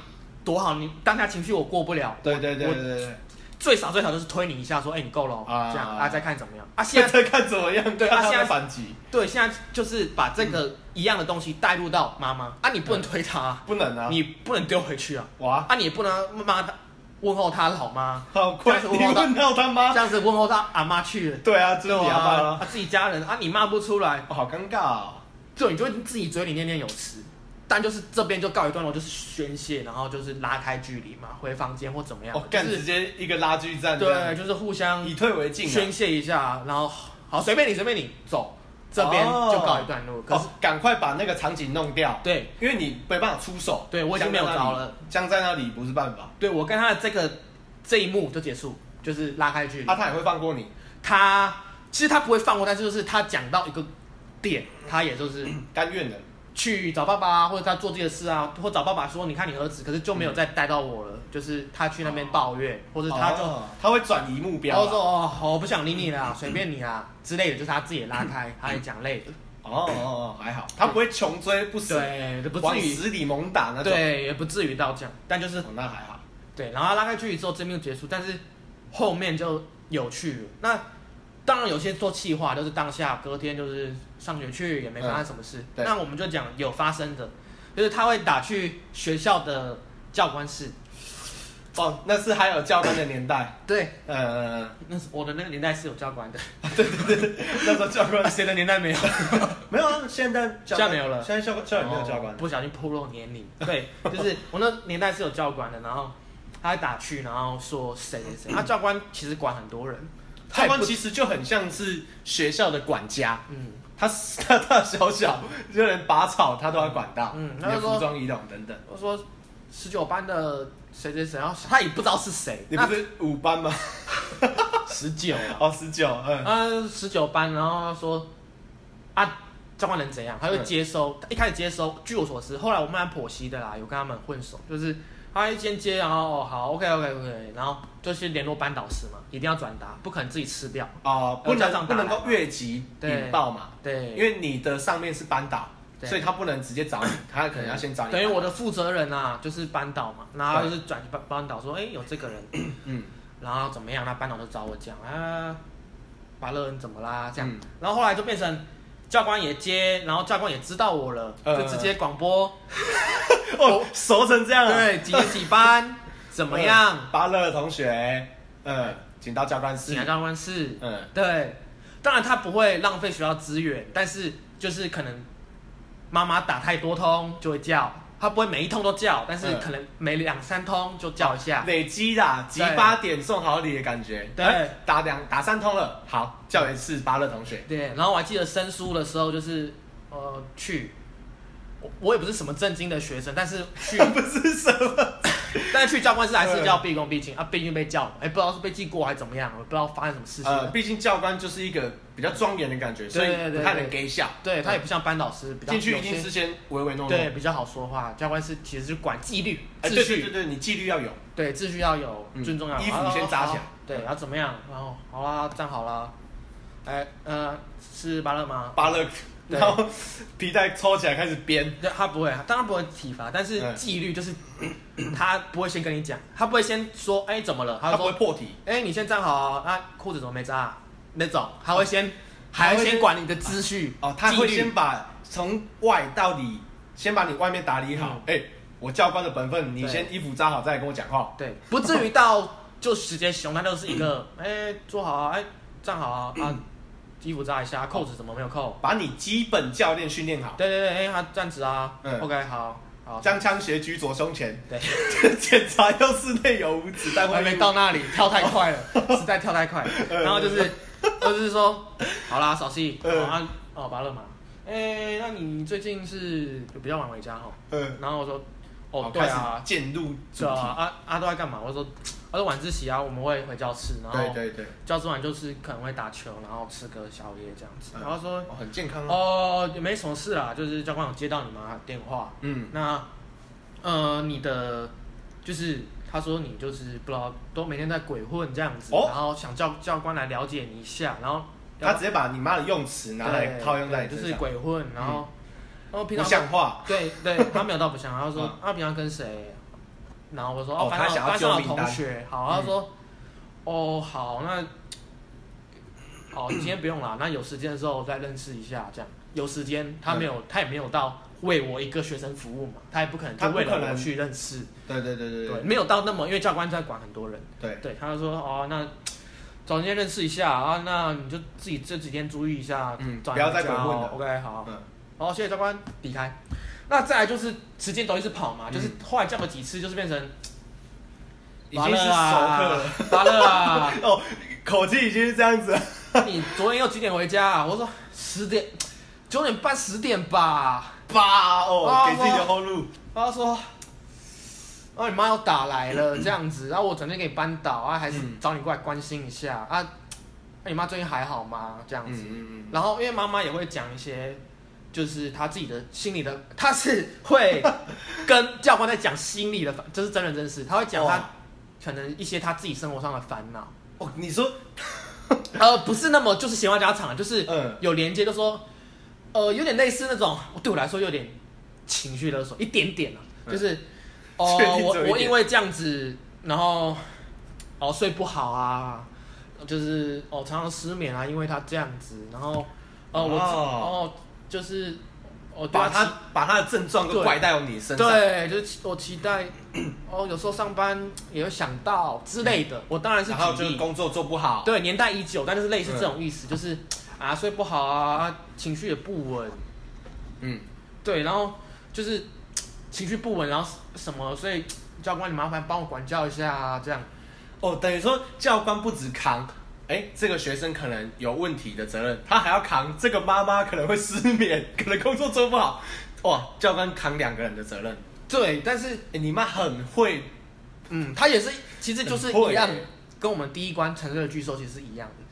S1: 多好，你当下情绪我过不了，
S2: 对对对
S1: 我
S2: 对对
S1: 最少最少就是推你一下，说，哎、你够了哦，
S2: 啊
S1: 这样，啊，再看怎么样。啊，现
S2: 现
S1: 在
S2: <laughs> 在看怎么样？
S1: 对
S2: 看
S1: 他
S2: 他
S1: 现
S2: 的
S1: 在
S2: 反击
S1: 对，现在就是把这个一样的东西带入到妈妈啊，你不能推她啊，
S2: 不能啊！
S1: 你不能丢回去啊，
S2: 哇，
S1: 啊，你也不能骂她，问候她老妈，
S2: 好快！
S1: 这样子
S2: 你
S1: 我忘了
S2: 问到他妈
S1: 这？样子问候她阿妈去了，
S2: 对啊，这是你
S1: 对
S2: 阿
S1: 啊
S2: 爸了
S1: 啊，自己家人啊，你骂不出来，
S2: 哦好尴尬哦。
S1: 就你就会自己嘴里念念有词。但就是这边就告一段落，就是宣泄，然后就是拉开距离嘛，回房间或怎么样，
S2: 哦，
S1: 就
S2: 干直
S1: 是
S2: 接一个拉锯战这样，
S1: 对，就是互相
S2: 以退为进啊。
S1: 宣泄一下，然后好，随便你，随便你，走，这边
S2: 哦
S1: 就告一段落。可
S2: 可
S1: 是
S2: 是赶快把那个场景弄掉，
S1: 对，
S2: 因为你没办法出手。
S1: 对我已经没有招了
S2: 僵在那里，僵在那里不是办法。
S1: 对我跟他的这个这一幕就结束，就是拉开距离。
S2: 啊，他也会放过你，
S1: 他其实他不会放过，但是就是他讲到一个点，他也就是
S2: <clears throat> 甘愿的。
S1: 去找爸爸啊，或者他做自己的事啊，或找爸爸说你看你儿子，可是就没有再带到我了，就是他去那边抱怨，或者他就。
S2: 哦他会转移目
S1: 然
S2: 标
S1: 后
S2: 啦。
S1: 说哦，好我不想理你啦，随便你啊之类的，就是他自己也拉开，他也讲累了，
S2: 哦哦哦，还好，他不会穷追不舍，
S1: 对，不
S2: 往
S1: 至于，
S2: 死里猛打那种。
S1: 对，也不至于到这样，但就是
S2: 哦，那还好。
S1: 对，然后他拉开距离之后，这边就结束，但是后面就有趣了。那当然有些做气话，就是当下隔天就是上学去也没发生什么事。
S2: 嗯对
S1: 那我们就讲有发生的，就是他会打去学校的教官室。
S2: 哦，那是还有教官的年代，
S1: 对，
S2: 呃， <laughs>
S1: 那是我的那个年代是有教官的，
S2: 那时候教官
S1: <laughs> 谁的年代没有？
S2: 没有啊，现在教
S1: 现在
S2: 官
S1: 没有了
S2: 现在教官教官没有教官
S1: 哦，不小心暴露年
S2: <laughs>
S1: 龄。对，就是我那年代是有教官的，然后他会打去，然后说谁谁
S2: <clears throat>
S1: 谁，他教官其实管很多人，
S2: 教官
S1: 他也不
S2: 其实就很像是学校的管家，
S1: 嗯。
S2: 他大大小小就连拔草他都要管到，
S1: 嗯
S2: 嗯，你
S1: 那
S2: 的
S1: 就说
S2: 服装仪容等等。
S1: 我说十九班的谁谁谁，然后他也不知道是谁，
S2: 你不是五班吗？
S1: 十九，啊
S2: 哦，十九，嗯，
S1: 嗯，十九班，然后他说啊，教官能怎样？他就接收，一开始接收，据我所知，后来我慢慢剖析的啦，有跟他们混熟，就是他一先接，然后哦好，OK OK OK，然后就是联络班导师嘛，一定要转达，不可能自己吃掉，
S2: 哦，不
S1: 家长
S2: 能不
S1: 打来
S2: 能够越级
S1: 对
S2: 引爆嘛，
S1: 对，
S2: 因为你的上面是班导，
S1: 对
S2: 所以他不能直接找你，他可能要先找你。
S1: 等于我的负责人啊，就是班导嘛，然后他就是转去班班导说，哎、有这个人，
S2: 嗯，
S1: 然后怎么样？那班导就找我讲啊，巴勒你怎么啦？这样，
S2: 嗯
S1: 然后后来就变成教官也接，然后教官也知道我了，
S2: 呃
S1: 就直接广播，
S2: 哦，熟成这样啊，
S1: 对，几几
S2: <laughs>
S1: 班怎么样？
S2: 嗯？巴乐同学，嗯，请到教官室
S1: 请。来教官室，
S2: 嗯，
S1: 对，当然他不会浪费学校资源，但是就是可能妈妈打太多通就会叫，他不会每一通都叫，但是
S2: 嗯
S1: 可能每两三通就叫一下，
S2: 累积啦，集
S1: 对
S2: 八点送好礼的感觉。
S1: 对
S2: 哎打两打三通了，好，叫一次巴乐同学。 <laughs>
S1: 对，然后我还记得申诉的时候，就是呃去，我我也不是什么正经的学生，但是
S2: <laughs>
S1: 去，
S2: 不是什么，
S1: 但是去教官室还是要毕恭毕敬啊，毕竟被叫，哎、不知道是被记过还是怎么样，我不知道发生什么事情。
S2: 呃，毕竟教官就是一个比较庄严的感觉，所
S1: 对对
S2: 以
S1: 对
S2: 不太能给笑。
S1: 对他也不像班导师比较
S2: 进去
S1: 有
S2: 一定
S1: 些
S2: 是先唯唯诺诺。
S1: 对，比较好说话，教官室其实是管纪律、
S2: 哎，
S1: 秩
S2: 对对对
S1: 序，
S2: 对，你纪律要有。
S1: 对秩序要有，
S2: 嗯
S1: 尊重要有，
S2: 衣服
S1: 啊
S2: 先扎起来
S1: 好对，然后怎么样？然后好啦，站好啦，哎呃是巴乐吗？
S2: 巴勒，
S1: 对
S2: <laughs> 然后皮带抽起来开始编。
S1: 对他不会，当然不会体罚，但是
S2: 嗯
S1: 纪律就是、他不会先跟你讲，他不会先说哎、怎么了，他会
S2: 他不会
S1: 说
S2: 破题，
S1: 哎、你先站好啊，那、裤子怎么没扎、啊？那种他会先、还
S2: 他
S1: 会
S2: 会
S1: 先
S2: 先
S1: 管你的秩序
S2: 哦，他会
S1: 纪律
S2: 先把从外到里，先把你外面打理好。
S1: 嗯
S2: 哎、我教官的本分，你
S1: 对
S2: 先衣服扎好再来跟我讲话。
S1: 对，不至于到就直接凶，他就是一个
S2: 嗯
S1: 哎、坐好啊，哎、站好
S2: <clears throat>
S1: 啊啊，衣服扎一
S2: 哦
S1: 下，扣子怎么没有扣？
S2: 把你基本教练训练好，
S1: 对对对，哎、他站直啊、
S2: 嗯
S1: o k 好好，
S2: 将枪斜举左胸前， <laughs>
S1: 对。
S2: 检查要是内有无子弹
S1: 我还
S2: 会
S1: 没到那里，跳太
S2: <laughs>
S1: 快了，实在跳太快了。然后就是，就是说，好啦，扫戏，
S2: 嗯
S1: 然后哦，拔了嘛。哎、那你最近是比较晚回家哦？
S2: 嗯，
S1: 然后我说，哦
S2: 好，
S1: 对啊
S2: 开始，渐入主
S1: 对啊，
S2: 题。
S1: 啊啊都在干嘛？我说，他说晚自习啊，我们会回教室，然
S2: 对
S1: 后
S2: 对对，
S1: 教室完就是可能会打球，然后吃个宵夜这样子。
S2: 嗯
S1: 然后说，
S2: 哦，很健康哦。
S1: 哦，也没什么事啦，就是教官有接到你妈的电话，
S2: 嗯，
S1: 那呃，你的就是他说你就是不知道都每天在鬼混这样子，
S2: 哦
S1: 然后想叫教官来了解你一下，然后
S2: 他直接把你妈的用词拿来
S1: 对
S2: 套用在你
S1: 对就
S2: 身
S1: 是
S2: 上，嗯
S1: 鬼混，然后、然后平
S2: 不
S1: 常
S2: 像话。
S1: <laughs> 对对，他没有到不想，他就说
S2: 嗯
S1: 啊平常跟谁，然后我说
S2: 哦
S1: 班
S2: 他
S1: 上
S2: 想要
S1: 班上的
S2: 揪名
S1: 同
S2: 单嗯
S1: 学，好，他说、哦好那。哦，今天不用啦，那有时间的时候再认识一下，这样有时间他没有，
S2: 嗯
S1: 他也没有到为我一个学生服务嘛，他也不可能就
S2: 他不
S1: 为了
S2: 可能
S1: 我去认识，
S2: 对对对对
S1: 对，
S2: 对
S1: 没有到那么，因为教官在管很多人。
S2: 对，
S1: 对，他就说哦，那找人家认识一下啊，那你就自己这几天注意一下，
S2: 嗯
S1: 找
S2: 不要
S1: 人家
S2: 再鬼
S1: 哦
S2: 混了
S1: OK，好，
S2: 嗯，
S1: 好，谢谢教官，离开。那再来就是时间都一直跑嘛，
S2: 嗯
S1: 就是后来叫了几次，就是变成
S2: 已经是熟客了。，
S1: <laughs>
S2: <laughs>
S1: 巴勒啊，
S2: 哦，口气已经是这样子了， <laughs>
S1: 你昨天又几点回家啊？我说十点，九点半十点吧。
S2: 八哦，
S1: 啊
S2: 给自己留后路。
S1: 然后他说，啊你妈又打来了这样子，然后我整天给你扳倒啊，还是
S2: 嗯
S1: 找你过来关心一下啊。那、你妈最近还好吗？这样
S2: 嗯
S1: 子。
S2: 嗯嗯，
S1: 然后因为妈妈也会讲一些，就是她自己的心里的， <laughs> 她是会跟教官在讲心里的烦，这是真人真事，她会讲
S2: 哇
S1: 她可能一些她自己生活上的烦恼，
S2: 哦，你说，
S1: 呃，不是那么就是闲话家常，啊就是
S2: 嗯，
S1: 有连接，就说，呃，有点类似那种，对我来说有点情绪勒索，一点点啊，
S2: 嗯
S1: 就是，哦、
S2: <laughs> 确定只有
S1: 我
S2: 一点
S1: 我因为这样子，然后，哦，睡不好啊，就是哦，常常失眠啊，因为他这样子，然后，哦，我，
S2: 哦
S1: 哦，就是，我对
S2: 把
S1: 他
S2: 他把他的症状都
S1: 对
S2: 怪到你身上。
S1: 对，就是期我期待， <clears throat> 哦，有时候上班也会想到之类的，我当然是
S2: 嗯然后
S1: 举
S2: 就是嗯
S1: 例，
S2: 工作做不好，
S1: 对，年代已久，但就是类似这种意思，就是啊，睡不好啊，情绪也不稳，
S2: 嗯，
S1: 对，然后就是情绪不稳，然后什么，所以教官你麻烦帮我管教一下啊，这样。
S2: 哦，等于说教官不止扛，哎，这个学生可能有问题的责任，他还要扛这个妈妈可能会失眠，可能工作做不好，哇，教官扛两个人的责任，
S1: 对，但是
S2: 哎，你妈很会，
S1: 嗯，他也是，其实就是
S2: 很会
S1: 一样
S2: 欸，
S1: 跟我们第一关沉睡的巨兽其实是一样的。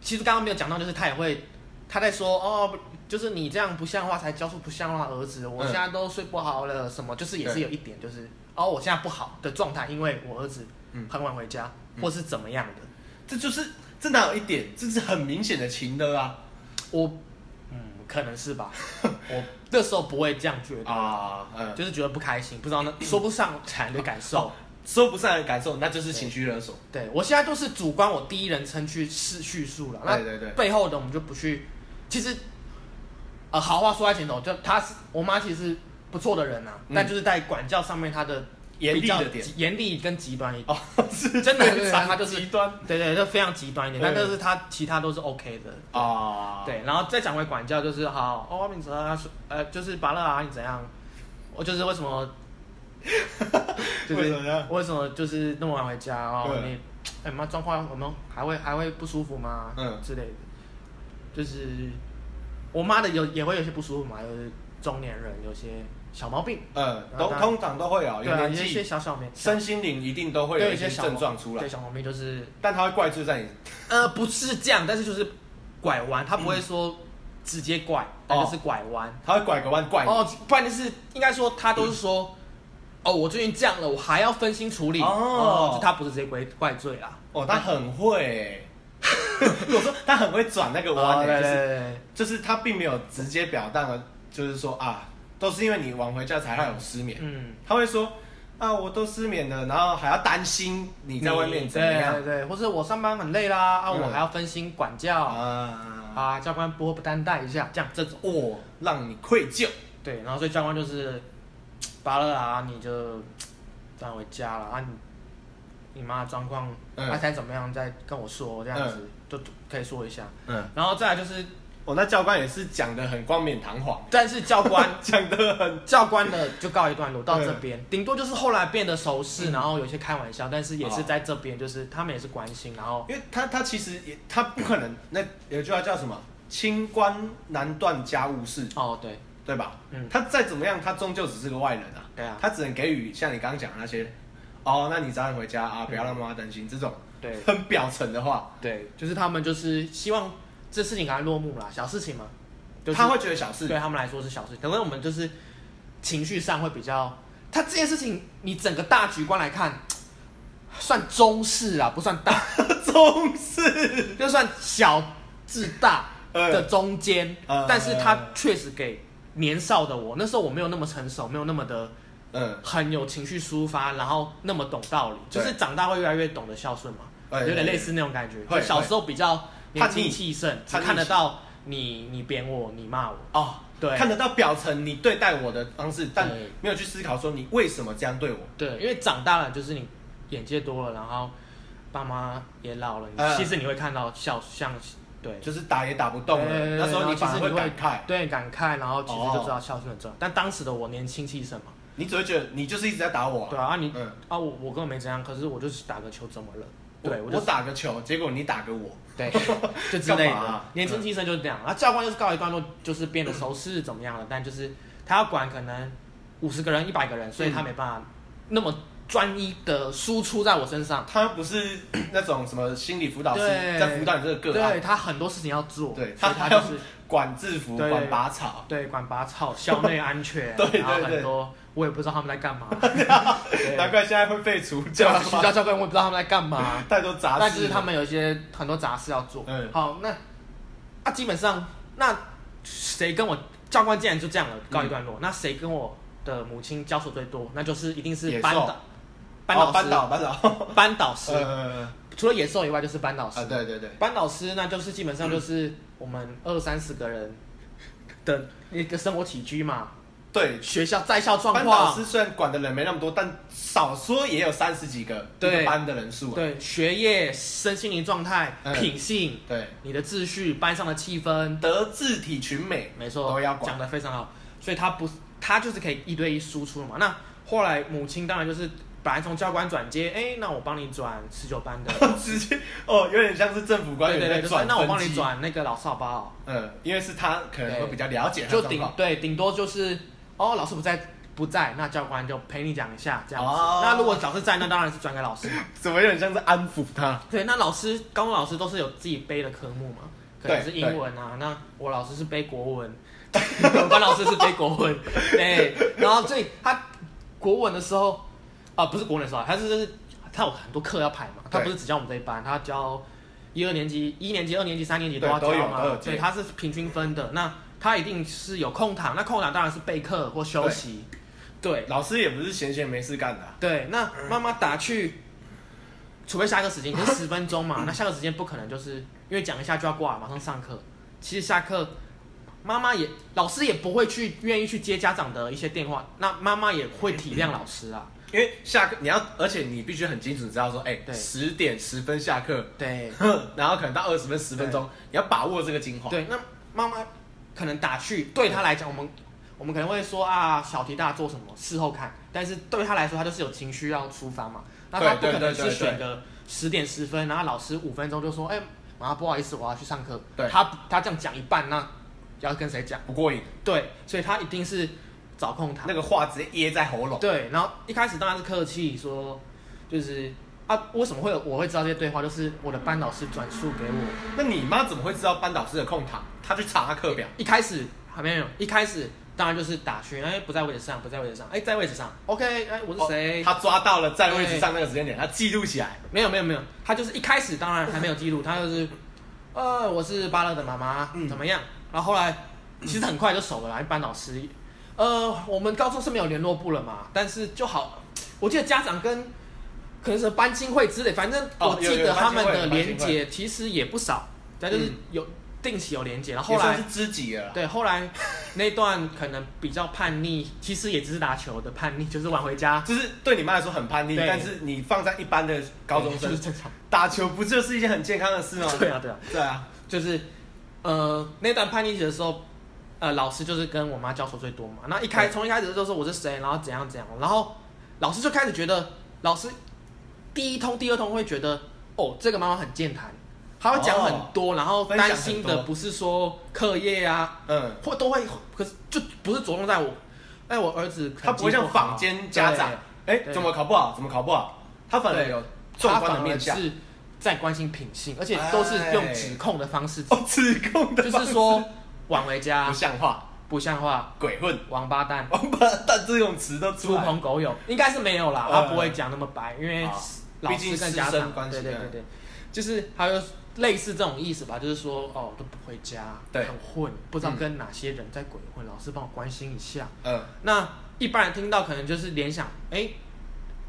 S1: 其实刚刚没有讲到，就是他也会，他在说哦，就是你这样不像话，才教出不像话儿子，我
S2: 嗯
S1: 现在都睡不好了，什么，就是也是
S2: 对
S1: 有一点就是哦，我现在不好的状态，因为我儿子
S2: 嗯
S1: 很晚回家，
S2: 嗯
S1: 或是怎么样的，
S2: 这就是这哪有一点，这是很明显的情的啊
S1: 我嗯，可能是
S2: <laughs>
S1: 吧，我那时候不会这样觉得。
S2: 啊，嗯，
S1: 就是觉得不开心，不知道那 <coughs> 说不上来的感
S2: 哦
S1: 受。
S2: 说不上来的感受，那就是情绪勒索，
S1: 对我现在都是主观，我第一人称去叙叙述了。那
S2: 对对对
S1: 背后的我们就不去。其实，呃，好话说在前头，就她是我妈，其实不错的人呐、
S2: 嗯
S1: 但就是在管教上面，她的
S2: 严厉
S1: 比较
S2: 的点
S1: 极严厉跟极端一点。
S2: 哦，是
S1: 真的
S2: 非
S1: 对
S2: 常
S1: 他就是
S2: 极端
S1: 对对，就非常极端一点，
S2: 对
S1: 但就是她其他都是 OK 的。
S2: 啊，，
S1: 对，然后再讲回管教，就是好哦，明哲啊，呃，就是拔乐啊，你怎样？我就是为什
S2: <laughs>
S1: 么，就是
S2: 为什么呀
S1: 为什么就是那么晚回家哦？
S2: 对啊
S1: 你哎妈状况，我们还会还会不舒服吗？
S2: 嗯
S1: 之类的，就是我妈的有也会有些不舒服嘛，就是中年人有些小毛病，
S2: 嗯，
S1: 然后
S2: 都
S1: 他
S2: 通常都会哦有，
S1: 对
S2: 有
S1: 啊，有
S2: 年
S1: 一些
S2: 纪，
S1: 小小没
S2: 身心灵一定都会有
S1: 对
S2: 一
S1: 一
S2: 些
S1: 些小毛
S2: 症状出来
S1: 对，小毛病就是
S2: 但他会怪罪在你
S1: 呃，不是这样，但是就是拐弯，他不会说直接拐，但
S2: 哦
S1: 就是拐弯。
S2: 他会拐个弯怪你。
S1: 哦，不然就是应该说他都是说，哦，我最近这样了，我还要分心处理。
S2: 嗯哦
S1: 就他不是直接怪怪罪啦。
S2: 哦，他很会
S1: <laughs>
S2: 欸、我说他很会转那个
S1: 哦
S2: 弯、
S1: 啊
S2: 欸，就是
S1: 对
S2: 就是他并没有直接表达的，就是说啊，都是因为你晚回家才让有失眠。
S1: 嗯，
S2: 他会说啊，我都失眠了，然后还要担心你在外面怎么样
S1: 对对对，或者我上班很累啦，啊，
S2: 嗯
S1: 我还要分心管教，
S2: 啊？
S1: 啊，教官不不担待一下，这样这种。
S2: 哦，让你愧疚。
S1: 对，然后所以教官就是，巴乐啊，你就转回家了啊你。你妈的状况，
S2: 嗯
S1: 她才怎么样，再跟我说这样子，就可以说一下。
S2: 嗯，
S1: 然后再来就是，
S2: 我、哦那教官也是讲的很冠冕
S1: <laughs>
S2: 堂皇，
S1: 但是教官
S2: 讲的很
S1: 教官的就告一段落，到这边，顶多就是后来变得熟识，然后有些开玩笑，但是也是在这边，就是他们也是关心，然后
S2: 因为他他其实也他不可能，那有句话叫什么？清官难断家务事，
S1: 哦，对，
S2: 对吧？
S1: 嗯
S2: 他再怎么样，他终究只是个外人啊。
S1: 对啊
S2: 他只能给予像你刚刚讲的那些，哦，那你早点回家啊，不要让妈妈担心这种
S1: 嗯对
S2: 很表层的话，
S1: 对，就是他们就是希望这事情赶快落幕啦，小事情嘛，就是
S2: 他会觉得小事。 <laughs>
S1: 对啊他们来说是小事情，可能我们就是情绪上会比较，他这件事情你整个大局观来看，算中事啊，不算大，
S2: 中式，
S1: 就算小至大的中间，
S2: 嗯
S1: 但是他确实给年少的我，那时候我没有那么成熟，没有那么的
S2: 嗯，
S1: 很有情绪抒发，然后那么懂道理，
S2: 对
S1: 就是长大会越来越懂得孝顺嘛，
S2: 哎
S1: 有点类似那种感觉。
S2: 会
S1: 就小时候比较年轻气盛，只
S2: 叛逆
S1: 看得到你你扁我，你骂我，
S2: 哦，
S1: 对
S2: 看得到表层你对待我的方式，但
S1: 对
S2: 没有去思考说你为什么这样对我。
S1: 对，因为长大了就是你眼界多了，然后爸妈也老了，
S2: 嗯
S1: 你其实你会看到孝像对。
S2: 就是打也打不动
S1: 对对
S2: 了，
S1: 对
S2: 那时候
S1: 然后
S2: 你
S1: 其
S2: 反而
S1: 实
S2: 会
S1: 你会
S2: 感慨，
S1: 对感慨，然后其实就知
S2: 哦
S1: 道孝顺很重要。但当时的我年轻气盛嘛，
S2: 你只会觉得你就是一直在打我啊、
S1: 对啊，啊你
S2: 嗯
S1: 啊我我根本没怎样，可是我就是打个球怎么了？对我
S2: 我
S1: 就是
S2: 打个球，结果你打个我，
S1: 对，就之类
S2: <laughs> 干嘛
S1: 的
S2: 啊。
S1: 年轻气盛就是这样。啊，教官就是告一段落，就是变得熟是怎么样了，但就是他要管可能五十个人、一百个人，所以
S2: 嗯
S1: 他没办法那么专一的输出在我身上。
S2: 他不是 <clears throat> 那种什么心理辅导师
S1: 啊对
S2: 在辅导你这个个
S1: 对
S2: 案，
S1: 他很多事情要做，所以
S2: 对他
S1: 他
S2: 还要
S1: 就是
S2: 管制服、
S1: 对
S2: 管拔草，
S1: 对管拔草、校内安全，
S2: <laughs> 对对
S1: 然后
S2: 对
S1: 很多我也不知道他们在干
S2: <laughs>
S1: 嘛。
S2: 难怪现在会废除
S1: 教
S2: 教
S1: 学校教官我也不知道他们在干嘛。
S2: 太多杂事了，
S1: <laughs> 但啊就是他们有一些很多杂事要做。
S2: 嗯
S1: 好，那啊，基本上那谁跟我教官既然就这样了，告一段落。那谁跟我的母亲交手最多？那就是一定是
S2: 野
S1: 班
S2: 兽
S1: 导，班
S2: 哦
S1: 导嗯
S2: 班
S1: 师，
S2: 导班导，
S1: 班导师。
S2: 呃，
S1: 除了野兽以外，就是班导师
S2: 啊。对对对，
S1: 班导师那就是基本上就是我们二三十个人的一个生活起居嘛，
S2: 对，
S1: 学校在校状
S2: 班导
S1: 况
S2: 师，虽然管的人没那么多，但少说也有三十几个一
S1: 对
S2: 个班的人数啊，
S1: 对学业、身心灵状态、
S2: 嗯
S1: 品性、
S2: 对，
S1: 你的秩序、班上的气氛，
S2: 德智体群美，
S1: 没错，
S2: 都要
S1: 讲
S2: 管，
S1: 的非常好，所以他不，他就是可以一对一输出嘛。那后来母亲当然就是本来从教官转接，哎、那我帮你转十九班的，
S2: 直接哦，有点像是政府官
S1: 对对
S2: 员
S1: 对，
S2: 在
S1: 就是哎
S2: 转，
S1: 那我帮你，转那个老少包哦、
S2: 嗯，因为是他可能会比较了解他
S1: 就
S2: 的状
S1: 顶
S2: 况，
S1: 对顶多就是哦老师不在不在，那教官就陪你讲一下这样子。
S2: 哦
S1: 那如果老师在，那当然是转给老师嘛。
S2: 怎么有点像是安抚他？
S1: 对，那老师高中老师都是有自己背的科目嘛，可能是英文啊。那我老师是背国文， <laughs> 我班老师是背国文，对。然后所以他国文的时候，啊，不是国文的时候啊，他是就是他有很多课要排嘛，他不是只教我们这一班，他教一二年级、一年级、二年级、三年级
S2: 对
S1: 要
S2: 都有
S1: 教嘛
S2: 都有，
S1: 对，
S2: 接
S1: 他是平均分的。那他一定是有空堂，那空堂当然是备课或休息，对。
S2: 老师也不是闲闲没事干的啊、
S1: 对，那妈妈打去，除非下课时间，可是十分钟嘛，那下课时间不可能就是因为讲一下就要挂了，马上上课。其实下课，妈妈也老师也不会去愿意去接家长的一些电话，那妈妈也会体谅老师啊。
S2: 因为下课你要，而且你必须很精准知道说，哎、
S1: 对
S2: 十点十分下课， <laughs>
S1: 对
S2: 哼然后可能到二十分十分钟，你要把握这个精华。
S1: 对，那妈妈可能打去，对她来讲，我们我们可能会说啊，小题大做什么，事后看。但是对她来说，她就是有情绪要抒发嘛，那她不
S2: 对对
S1: 可能是
S2: 对对
S1: 选个十点十分，然后老师五分钟就说，哎、妈妈不好意思，我要去上课。
S2: 对
S1: 她她这样讲一半，那要跟谁讲？
S2: 不过瘾，
S1: 对，所以她一定是找空堂
S2: 那。个话直接噎在喉咙。
S1: 对，然后一开始当然是客气说，就是啊，为什么会有我会知道这些对话？就是我的班导师转述给我。
S2: 那你妈怎么会知道班导师的空堂？她去查她课表。
S1: 一开始还没有，一开始当然就是打圈，哎，不在位置上，不在位置上，哎，在位置上，OK，哎，我是谁？
S2: 她哦抓到了在位置上那个时间点，她记录起来。
S1: 没有没有没有，他就是一开始当然还没有记录，他就是，呃，我是巴乐的妈妈，
S2: 嗯
S1: 怎么样？然后后来其实很快就熟了啦，一般老师，呃，我们高中是没有联络部了嘛，但是就好，我记得家长跟可能是班亲会之类，反正我
S2: 哦有有
S1: 记得他们
S2: 班
S1: 的
S2: 亲会嗯
S1: 连接其实也不少，但就是有、定期有连接，然后
S2: 也
S1: 后来
S2: 算是知己了啦。
S1: 对，后来那段可能比较叛逆，其实也只是打球的叛逆，就是晚回家，
S2: 就是对你妈来说很叛逆，
S1: 对
S2: 但是你放在一般的高中
S1: 就
S2: 生
S1: 是正常。
S2: 打球，不就是一件很健康的事吗？
S1: 对啊，对啊，
S2: 对啊，
S1: 就是呃那段叛逆期的时候，呃老师就是跟我妈交手最多嘛。那一开
S2: 对
S1: 从一开始就说我是谁，然后怎样怎样，然后老师就开始觉得，老师第一通、第二通会觉得，哦，这个妈妈很健谈，她会讲很多，然后
S2: 哦分享
S1: 担
S2: 很
S1: 心
S2: 多
S1: 的不是说课业啊，
S2: 嗯，
S1: 或都会，可是就不是着重在我，哎，我儿子
S2: 她不会像坊间家长
S1: 对，
S2: 哎，
S1: 对
S2: 怎么考不好，怎么考不好，她反而
S1: 对
S2: 有纵
S1: 他
S2: 观的
S1: 反而
S2: 面向，
S1: 是在关心品性，而且都是用指控的方式，
S2: 哦，指控的
S1: <laughs> 就
S2: 方
S1: 是
S2: 式
S1: 说晚回
S2: 不
S1: 家、
S2: 像话，
S1: 不像话、
S2: 鬼混，
S1: 王八蛋、
S2: 王八蛋这种词都哦出
S1: 猪
S2: 来，
S1: 朋狗友，应该是没有啦，
S2: 呃
S1: 他不会讲那么白，因为
S2: 啊
S1: 老
S2: 毕
S1: 师
S2: 竟
S1: 跟
S2: 师
S1: 家长
S2: 生关系嗯
S1: 对对
S2: 对
S1: 对对，就是还有类似这种意思吧，就是说哦都不回家，
S2: 对
S1: 很混，不知道跟哪些人在鬼混，老师帮我关心一下。
S2: 嗯，
S1: 那一般人听到可能就是联想，哎、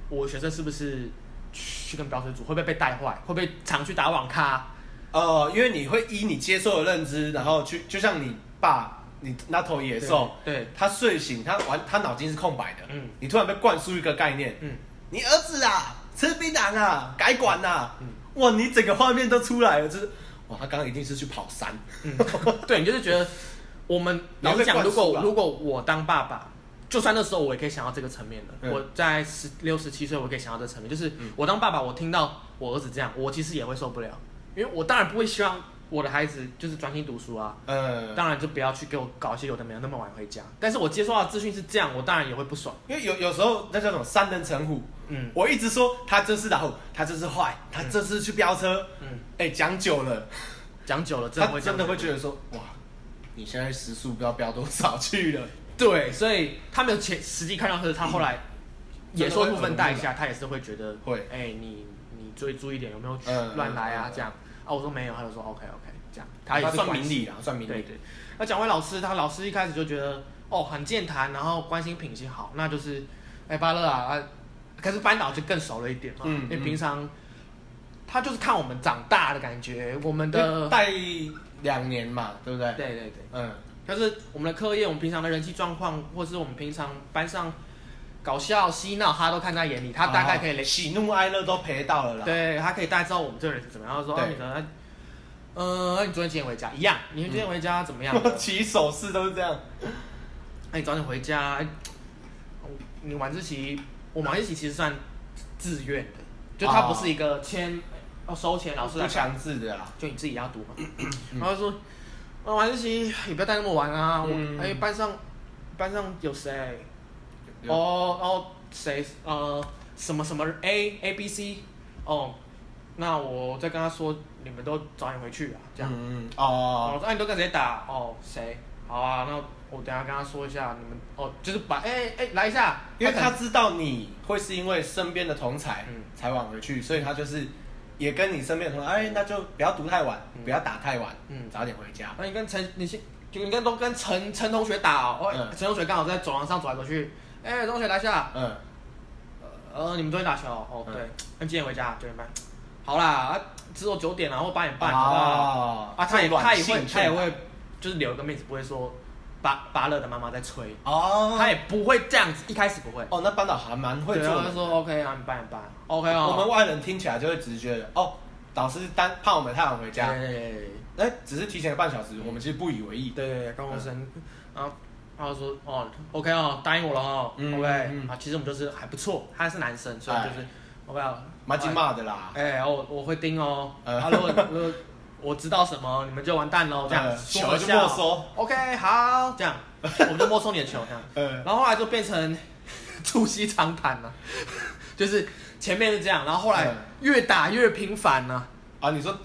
S1: 我学生是不是去跟表水组会不会被带坏，会不会常去打网咖、
S2: 哦，因为你会依你接受的认知，然后去，就像你爸，你那头野兽，
S1: 对，
S2: 他睡醒，他完，他脑筋是空白的，
S1: 嗯
S2: 你突然被灌输一个概念，
S1: 嗯，
S2: 你儿子啊，吃槟榔啊，改管啊，
S1: 嗯
S2: 哇，你整个画面都出来了，就是，哇，他刚刚一定是去跑山，
S1: 嗯，对，你就是觉得我们
S2: 你会
S1: 老
S2: 被
S1: 实讲，
S2: 灌输
S1: 如
S2: 啊
S1: 果
S2: 吧
S1: 如果我当爸爸，就算那时候我也可以想到这个层面的，
S2: 嗯
S1: 我在十六十七岁，我也可以想到这个层面，就是我当爸爸，我听到我儿子这样，我其实也会受不了，因为我当然不会希望我的孩子就是专心读书啊，
S2: 呃，
S1: 当然就不要去给我搞一些有的没有那么晚回家。但是我接收到的资讯是这样，我当然也会不爽。
S2: 因为有有时候那叫什么三人成虎，
S1: 嗯
S2: 我一直说他这是老虎，他这是坏，他这次去飙车，
S1: 嗯，
S2: 哎、讲久了，
S1: 讲久了真的
S2: 他
S1: 会
S2: 真的会觉
S1: 得
S2: 得说，哇，你现在时速不知道飙多少去了，
S1: 对，所以他没有前实际看到，可是他后来也说部分带一
S2: 真的会
S1: 下，他也是会觉得
S2: 会
S1: 哎、你你注意注意点，有没有
S2: 嗯
S1: 乱来啊
S2: 嗯？嗯
S1: 这样啊，我说没有，他就说 OK OK，这样他也是
S2: 算
S1: 关
S2: 明
S1: 心
S2: 理啦，算明
S1: 对
S2: 理，
S1: 对。那讲回老师，他老师一开始就觉得哦很健谈，然后关心品行好，那就是哎巴勒啊，啊可是班导就更熟了一点嘛，
S2: 嗯
S1: 因为
S2: 嗯
S1: 平常他就是看我们长大的感觉，我们的
S2: 对带两年嘛，对不对？
S1: 对对对，
S2: 嗯，
S1: 就是我们的课业，我们平常的人际状况，或是我们平常班上搞笑嬉闹，他都看在眼里，他大概可以
S2: 好
S1: 累
S2: 喜怒哀乐都陪到了啦，
S1: 对他可以大概知道我们这个人是怎么样，他说
S2: 对
S1: 啊你可能，呃，你昨天几点回家？一样，你们今天回家怎么 <laughs> 样？
S2: <laughs> 起手势都是这样，
S1: 那你早点回家。哎你晚自习，我晚自习其实算自愿的，就他
S2: 哦
S1: 不是一个签要收钱，老师
S2: 不嗯
S1: 来
S2: 强制的啦，
S1: 就你自己要读嘛。 <clears throat> 然后说，呃晚自习也不要带那么晚啊，
S2: 嗯
S1: 我哎班上班上有谁？哦，然后谁呃什么什么 A A B C 哦，那我再跟他说，你们都早点回去啊，这样。
S2: 嗯，嗯哦，
S1: 哦，那、你都跟谁打？哦，谁？好啊，那我等一下跟他说一下，你们哦，就是把哎哎、来一下，
S2: 因为他
S1: 可能
S2: 知道你会是因为身边的同才
S1: 嗯
S2: 才晚回去，所以他就是也跟你身边的同才，哎，那就不要读太晚，
S1: 嗯
S2: 不要打太晚，
S1: 嗯
S2: 早点回家。
S1: 那、你跟陈你是就你跟都跟陈陈同学打哦，哦
S2: 嗯
S1: 陈、同学刚好在走廊上走来走去，哎、陈同学来一下，
S2: 嗯，
S1: 呃，你们都会打球哦，哦
S2: 嗯
S1: 对，那、几点回家？九点半，好啦，啊，只有九点然后八点半，好不好？
S2: 哦
S1: 啊，他也他也会他也，
S2: 这种软性
S1: 会就是留一个妹子，不会说巴巴乐的妈妈在催，
S2: 哦，
S1: 他也不会这样子，一开始不会。
S2: 哦，那班导还蛮会
S1: 对，
S2: 做
S1: 然后就
S2: 的。
S1: 说 OK 啊，你办你办，OK 啊、哦，
S2: 我们外人听起来就会直觉的，哦，导师单怕我们太晚回家，
S1: 对嗯
S2: 哎，只是提前半小时，我们其实不以为意。
S1: 对对，高中生，然后然后说哦，OK 哦，答应我了哦
S2: 嗯
S1: ，OK
S2: 嗯哎
S1: 啊，其实我们就是还不错，他是男生，所以就是 OK 啊，
S2: 蛮劲骂的啦，
S1: 哎，我我会盯哦，
S2: 呃
S1: 啊，如果 <laughs> 如果我知道什么，你们就完蛋喽，这样
S2: 呃
S1: 说
S2: 球
S1: 一
S2: 就
S1: 下
S2: 没收
S1: ，OK 好，
S2: <laughs>
S1: 这样我们就没收你的球，这样，
S2: 呃，
S1: 然后后来就变成 <laughs> 促膝长谈了，就是前面是这样，然后后来
S2: 嗯
S1: 越打越频繁了，
S2: 啊，你说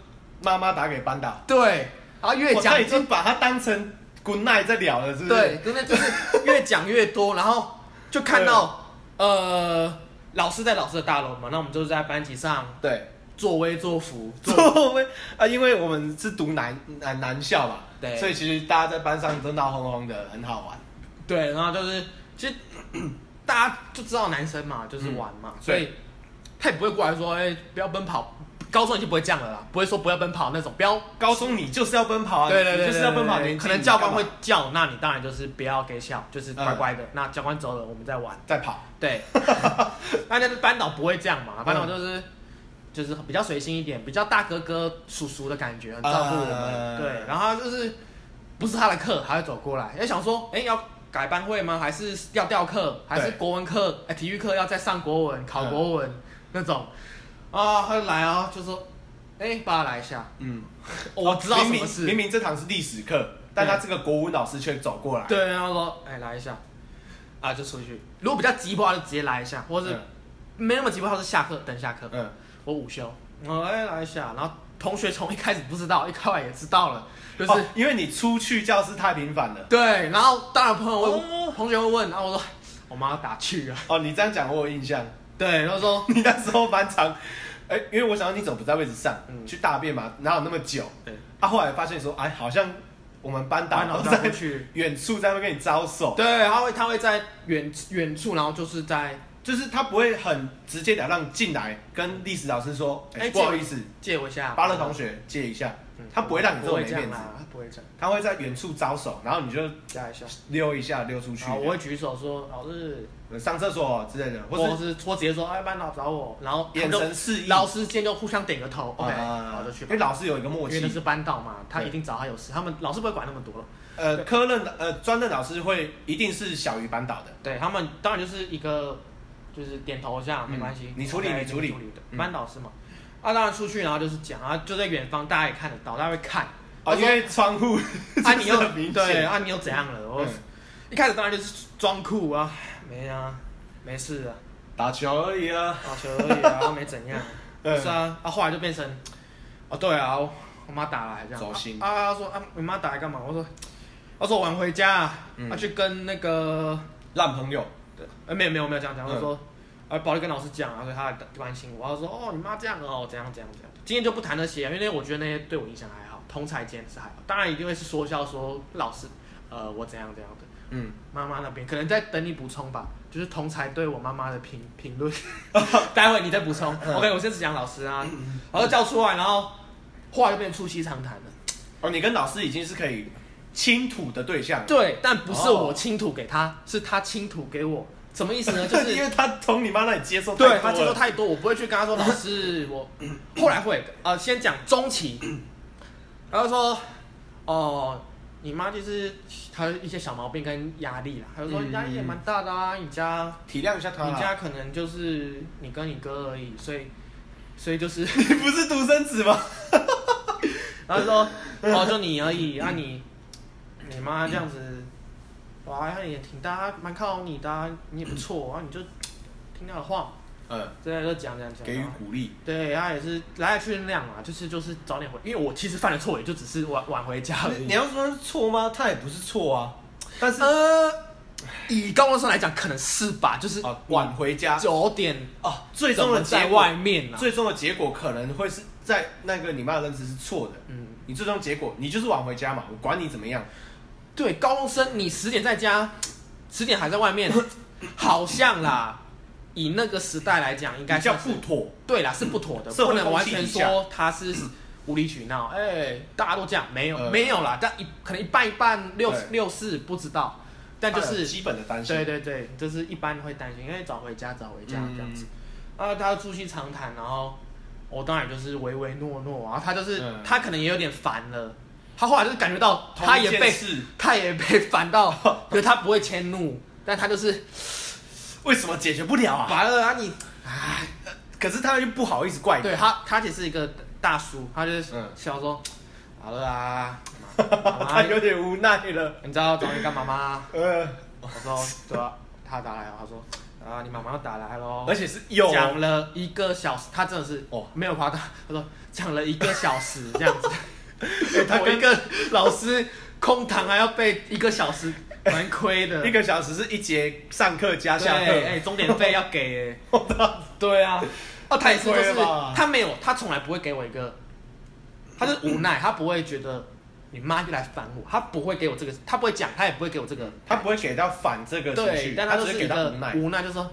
S2: 妈妈打给班导，
S1: 对，然后越
S2: 我
S1: 讲
S2: 他已经把他当成 good night 在聊了，是不是？
S1: 对，，真的就是越讲越多，然后就看到
S2: 啊
S1: 呃，老师在老师的大楼嘛，那我们就是在班级上
S2: 对，
S1: 作威作福，
S2: <laughs>
S1: 做
S2: 作为啊，因为我们是读男男男校嘛，
S1: 对
S2: 所以其实大家在班上都闹哄哄的，很好玩。
S1: 对，然后就是其
S2: <clears throat>
S1: 实大家就知道男生嘛，就是玩嘛，
S2: 嗯
S1: 所以他也不会过来说，哎、不要奔跑，高中已经不会这样了啦，不会说不要奔跑那种，不要。
S2: 高中你就是要奔跑啊，
S1: 对对对，
S2: 你就是要奔跑，
S1: 对对
S2: 年纪
S1: 可能教官会
S2: 你干嘛嗯
S1: 叫，那你当然就是不要给笑，就是乖乖的。那教官走了，我们再玩。
S2: 再跑，
S1: 对，
S2: <laughs>
S1: 那那班导不会这样嘛，班
S2: 嗯
S1: 导就是、就是比较随心一点，比较大哥哥叔叔的感觉，很照顾我们。
S2: 嗯
S1: 对，然后他就是不是他的课，还会走过来，也想说，哎、要改班会吗？还是要调课？还是
S2: 对
S1: 国文课？哎、体育课要再上国文，考
S2: 嗯
S1: 国文、那种。啊，他就来啊，就说，哎、帮他来一下。
S2: 嗯，
S1: 哦我知道
S2: 明
S1: 什
S2: 明
S1: 么事。
S2: 明明这堂是历史课，但他这个国文老师却走过来，
S1: 对，然后说，哎、来一下，啊，就出去。如果比较急迫，他就直接来一下，或
S2: 嗯，
S1: 者是没那么急迫，他是下课等下课。
S2: 嗯，
S1: 我午休，我哎来一下，然后同学从一开始不知道，一开始也知道了，就是、
S2: 哦因为你出去教室太频繁了。
S1: 对，然后当然朋友会、
S2: 哦
S1: 同学会问，然啊后我说我妈要打趣啊，
S2: 哦，你这样讲我有印象，
S1: 对，然后说
S2: 你 <laughs> 那时候蛮长，哎、因为我想到你怎么不在位置上、
S1: 嗯
S2: 去大便嘛，哪有那么久？
S1: 对，
S2: 啊，后来发现说，哎，好像我们班导
S1: 班导
S2: 都
S1: 带
S2: 在
S1: 过去
S2: 远处在那边跟你招手，
S1: 对，他会他会在远远处，然后就是在
S2: 就是他不会很直截了当进来跟历史老师说，哎、
S1: 哎
S2: 不好意思，
S1: 借我一下
S2: 巴勒同，学借一下，
S1: 嗯
S2: 他不会让你这
S1: 不
S2: 么
S1: 会
S2: 没
S1: 这样啊
S2: 面子，
S1: 啦，他不会这样，
S2: 他会在远处招手，然后你就
S1: 加一下。
S2: 溜一下溜出去
S1: 然，后我会举手说老师，
S2: 上厕所之类的，
S1: 或者
S2: 或是
S1: 是或直接说哎班导找我，然后
S2: 眼神示意，啊
S1: 老师间就互相点个头，OK，然后就去
S2: 因
S1: 吧
S2: 为。老师有一个默
S1: 因为那是
S2: 契，
S1: 班导嘛，他
S2: 对
S1: 一定找他有事，他们老师不会管那么多了。
S2: 呃，科任呃专任老师会一定是小于班导的，
S1: 对他们当然就是一个就是点头一下
S2: 嗯
S1: 没关系，
S2: 你处理
S1: 我在
S2: 你处理
S1: 这边的
S2: 嗯
S1: 班导师嘛。啊，当然出去然后就是讲啊，就在远方大家也看得到，大家会看。
S2: 哦，
S1: 我
S2: 因
S1: 说
S2: 为窗户
S1: 啊你又
S2: 很明
S1: 对
S2: 显，
S1: 啊你又怎样了？我
S2: 嗯
S1: 一开始当然就是装酷啊，没啊，没事啊，
S2: 打球而已啊，
S1: 打球而已啊，没怎样。
S2: <laughs> 嗯
S1: 是啊，啊后来就变成，哦对啊，我我妈打来这样，
S2: 走心
S1: 啊啊她说啊你妈打来干嘛？我说，我说我晚回家啊，
S2: 嗯
S1: 啊去跟那个，
S2: 烂朋友，
S1: 呃没有没有没有这样讲，
S2: 嗯
S1: 我说，啊保利跟老师讲啊，所以他关心我，他说哦你妈这样哦怎样怎样怎样，今天就不谈那些，因为那些我觉得那些对我影响还好，同才间是还好，当然一定会是说笑说老师，呃我怎样怎样的，
S2: 嗯，
S1: 妈妈那边可能在等你补充吧，就是同才对我妈妈的评评
S2: <laughs>
S1: 论，待会你再补充。OK，我先
S2: 嗯
S1: 只讲老师啊，然后叫出来，然后话就变成促膝长谈了。
S2: 哦，你跟老师已经是可以倾吐的对象了，
S1: 对，但不是
S2: 哦
S1: 我倾吐给他，是他倾吐给我。什么意思呢？就
S2: <laughs> 因
S1: 是
S2: 为他从你妈那里接受太
S1: 对
S2: 多
S1: 他
S2: 了
S1: 接受太多，我不会去跟他说老师，
S2: <coughs>
S1: 我后来会啊、呃先讲中期，然后说哦。你妈就是她一些小毛病跟压力啦，还有说哎
S2: 嗯
S1: 压力也蛮大的啊，你家
S2: 体谅一下他
S1: 你
S2: 啦，
S1: 家可能就是你跟你哥而已，所以所以就是， <laughs>
S2: 你不是独生子吗？
S1: 然后说哦就你而已，啊你你妈这样子，哇，那你也挺大，蛮靠你的啊、你也不错啊，你就听她的话，
S2: 嗯，
S1: 这样就讲讲讲，
S2: 给予
S1: 然后
S2: 鼓励，
S1: 对，他也是来来去去那样嘛，就是就是早点回，因为我其实犯了错，也就只是晚晚回家而已
S2: 你。要说错吗？他也不是错啊，但是
S1: 呃，以高中生来讲，可能是吧，就是
S2: 啊，晚回家
S1: 九点
S2: 啊，最
S1: 怎
S2: 终
S1: 么
S2: 的结
S1: 在
S2: 果
S1: 外，面啊，
S2: 最终的结果可能会是在那个你妈的认知是错的。
S1: 嗯。
S2: 你最终结果，你就是晚回家嘛，我管你怎么样。
S1: 对，高中生你十点在家，十点还在外 <laughs> 面，好像啦。以那个时代来讲，应该
S2: 你叫
S1: 算是
S2: 不妥，
S1: 对啦，是不妥的，
S2: 社
S1: 不
S2: 会
S1: 能完
S2: 风气
S1: 全
S2: 底下
S1: 说他是无理取 <coughs> 闹。哎、大家都这样，没有、
S2: 呃
S1: 没有啦，但一可能一半一半六
S2: 对
S1: 六四不知道，但就
S2: 他有
S1: 是、
S2: 基本的担心。
S1: 对对对，就是一般会担心，因为早回家早回家、
S2: 嗯
S1: 这样子。啊，他促膝长谈，然后我当然就是唯唯诺诺，然后他就是、
S2: 嗯
S1: 他可能也有点烦了，他后来就是感觉到
S2: 同
S1: 他
S2: 一
S1: 也
S2: 件
S1: 被
S2: 事
S1: 他也被烦
S2: <laughs>
S1: 到，可是他不会迁怒，但他就是
S2: 为什么解决不了啊？
S1: 完了啊你，
S2: <laughs> 可是他又不好意思怪你。
S1: 对他他也是一个大叔，他就是
S2: 嗯
S1: 笑说，好了
S2: <laughs>
S1: 啊，妈妈
S2: <laughs> 他有点无奈了。
S1: 你知道找你干嘛吗？
S2: 呃，
S1: 我说对啊，他打来了，他说啊你妈妈要打来喽，
S2: 而且是有
S1: 讲了一个小时，他真的是
S2: 哦
S1: 没有夸大，他说讲了一个小时这
S2: <laughs>
S1: 样子，哎
S2: 他
S1: 他跟
S2: 跟
S1: 一个老师空堂还要背一个小时，蛮亏的。
S2: <laughs> 一个小时是一节上课加
S1: 对，
S2: 下课，
S1: 哎、钟点费要
S2: <laughs>
S1: 给、哎对啊，哦，他也是就
S2: 太亏
S1: 是
S2: 了吧
S1: 他没有，他从来不会给我一个，他就是无奈，他不会觉得你妈就来烦我，他不会给我这个，他不会讲，他也不会给我这个，
S2: 他不会给到反这个情
S1: 对
S2: 绪，，
S1: 但
S2: 他
S1: 就
S2: 只是
S1: 是
S2: 给
S1: 一
S2: 到
S1: 个
S2: 无奈。
S1: 无奈，就说，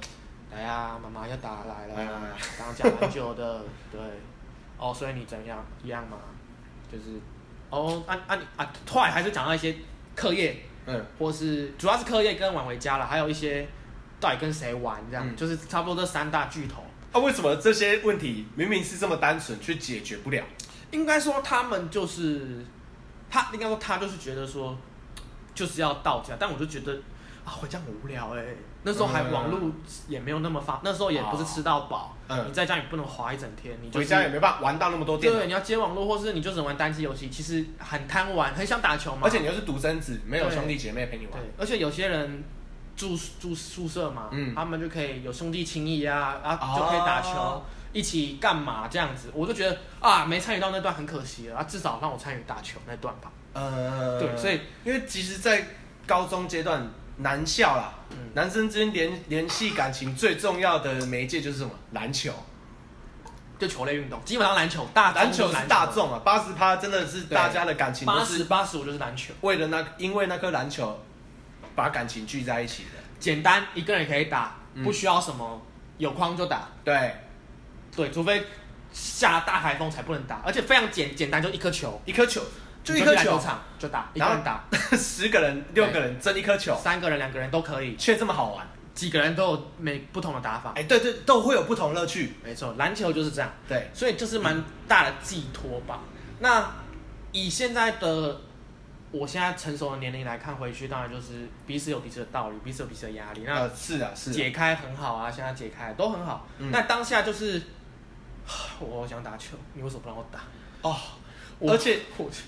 S1: 哎呀，妈妈要打来
S2: 哎呀
S1: 了，刚刚讲蛮久的，
S2: <laughs>
S1: 对，哦，所以你怎样一样嘛，就是，哦，啊啊你啊，后来还是讲到一些课业，
S2: 嗯，
S1: 或是主要是课业跟晚回家了，还有一些到底跟谁玩这样，
S2: 嗯
S1: 就是差不多这三大巨头。
S2: 啊，为什么这些问题明明是这么单纯，却解决不了？
S1: 应该说他们就是他，应该说他就是觉得说就是要到家，但我就觉得啊回家很无聊哎、那时候还
S2: 嗯
S1: 网络也没有那么发，那时候也不是吃到饱，
S2: 嗯
S1: 你在家也不能滑一整天，你就
S2: 回
S1: 是
S2: 家也没办法玩到那么多电脑
S1: 对，，你要接网络，或是你就只能玩单机游戏，其实很贪玩，很想打球嘛，
S2: 而且你又是独生子，没有
S1: 对
S2: 兄弟姐妹陪你玩
S1: 对。，而且有些人住住宿舍嘛，
S2: 嗯
S1: 他们就可以有兄弟情谊啊，啊
S2: 哦
S1: 就可以打球，一起干嘛这样子，我就觉得啊，没参与到那段很可惜了，啊，至少让我参与打球那段吧。
S2: 呃，
S1: 对所以
S2: 因为其实，在高中阶段，男校啦，
S1: 嗯
S2: 男生之间联联系感情最重要的媒介就是什么？篮球。
S1: 就球类运动，基本上篮球大
S2: 篮球
S1: 啊就是篮
S2: 大，众啊，八十趴真的是大家的感情
S1: 八
S2: 都
S1: 十
S2: 是
S1: 八十五就是篮球，
S2: 为了那因为那颗篮球把感情聚在一起的。
S1: 简单一个人可以打，
S2: 嗯
S1: 不需要什么有框就打，
S2: 对，
S1: 对，除非下大台风才不能打，而且非常简简单，就一颗球，
S2: 一颗球就
S1: 你
S2: 一颗
S1: 去篮
S2: 球
S1: 球，场就打，一
S2: 然
S1: 个
S2: 后
S1: 人打，
S2: <laughs> 十个人六个人争一颗球，
S1: 三个人、两个人都可以，
S2: 却这么好玩。
S1: 几个人都有每不同的打法。
S2: 哎，对对，都会有不同乐趣。
S1: 没错，篮球就是这样，
S2: 对，
S1: 所以这是蛮大的寄托吧。那以现在的我现在成熟的年龄来看，回去当然就是彼此有彼此的道理，彼此有彼此的压力。那
S2: 呃，是啊，是啊
S1: 解开很好啊，现在解开都很好。
S2: 嗯
S1: 那当下就是，我好想打球，你为什么不让我打？
S2: 哦，
S1: 我
S2: 而且
S1: 我去，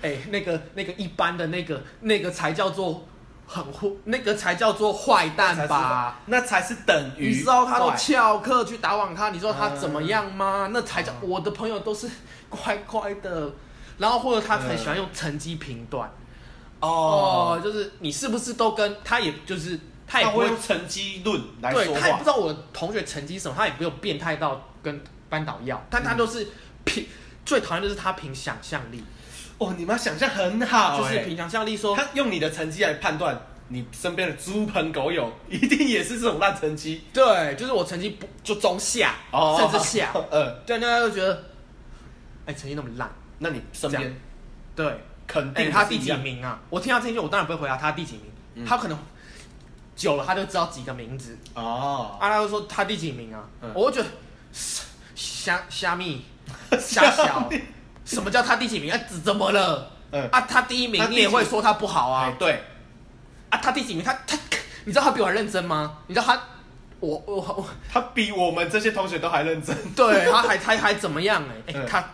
S1: 哎、那个那个一般的那个那个才叫做很坏，那个才叫做坏蛋吧？
S2: 那才是等于
S1: 你知道他都
S2: 坏
S1: 翘课去打网咖，你知道他怎么样吗？那才叫
S2: 嗯
S1: 我的朋友都是乖乖的，然后或者他很喜欢用成绩评断哦、
S2: 哦，
S1: 就是你是不是都跟他，也就是他也
S2: 他
S1: 不
S2: 会
S1: 会，
S2: 用成绩论来
S1: 对
S2: 说
S1: 他也不知
S2: 话，
S1: 道我同学成绩什么，他也没有变态到跟班导要，但他
S2: 嗯
S1: 都是凭、最讨厌就是他凭想象力，
S2: 哦，你妈想象很好，
S1: 就是
S2: 哎
S1: 凭想象力说
S2: 他用你的成绩来判断你身边的猪朋狗友，一定也是这种烂成绩
S1: 对，就是我成绩不就中下，
S2: <laughs> 哦，
S1: 甚至下，
S2: <laughs> 呃，
S1: 对，大家就觉得，哎、成绩那么烂，
S2: 那你身
S1: 这
S2: 边
S1: 样对，
S2: 肯
S1: 哎、
S2: 定
S1: 他
S2: 是
S1: 第
S2: 一
S1: 几
S2: 样？
S1: 名啊？我听到这一句，我当然不会回答他第几名，
S2: 嗯
S1: 他可能久了他就知道几个名字，
S2: 哦，
S1: 啊，他就说他第几名啊？
S2: 嗯
S1: 我就觉得虾虾
S2: <laughs>
S1: 米虾小，什么叫他第几名？啊，怎怎么了？
S2: 嗯
S1: 啊，他第一
S2: 他
S1: 名
S2: 第
S1: 你
S2: 几
S1: 也会说他不好
S2: 哎
S1: 啊？
S2: 对，
S1: 啊，他第几名？他他，你知道他比我还认真吗？你知道他，我我我。
S2: 他比我们这些同学都还认真， <laughs>
S1: 对，他还他还怎么样呢？哎、
S2: 嗯
S1: 他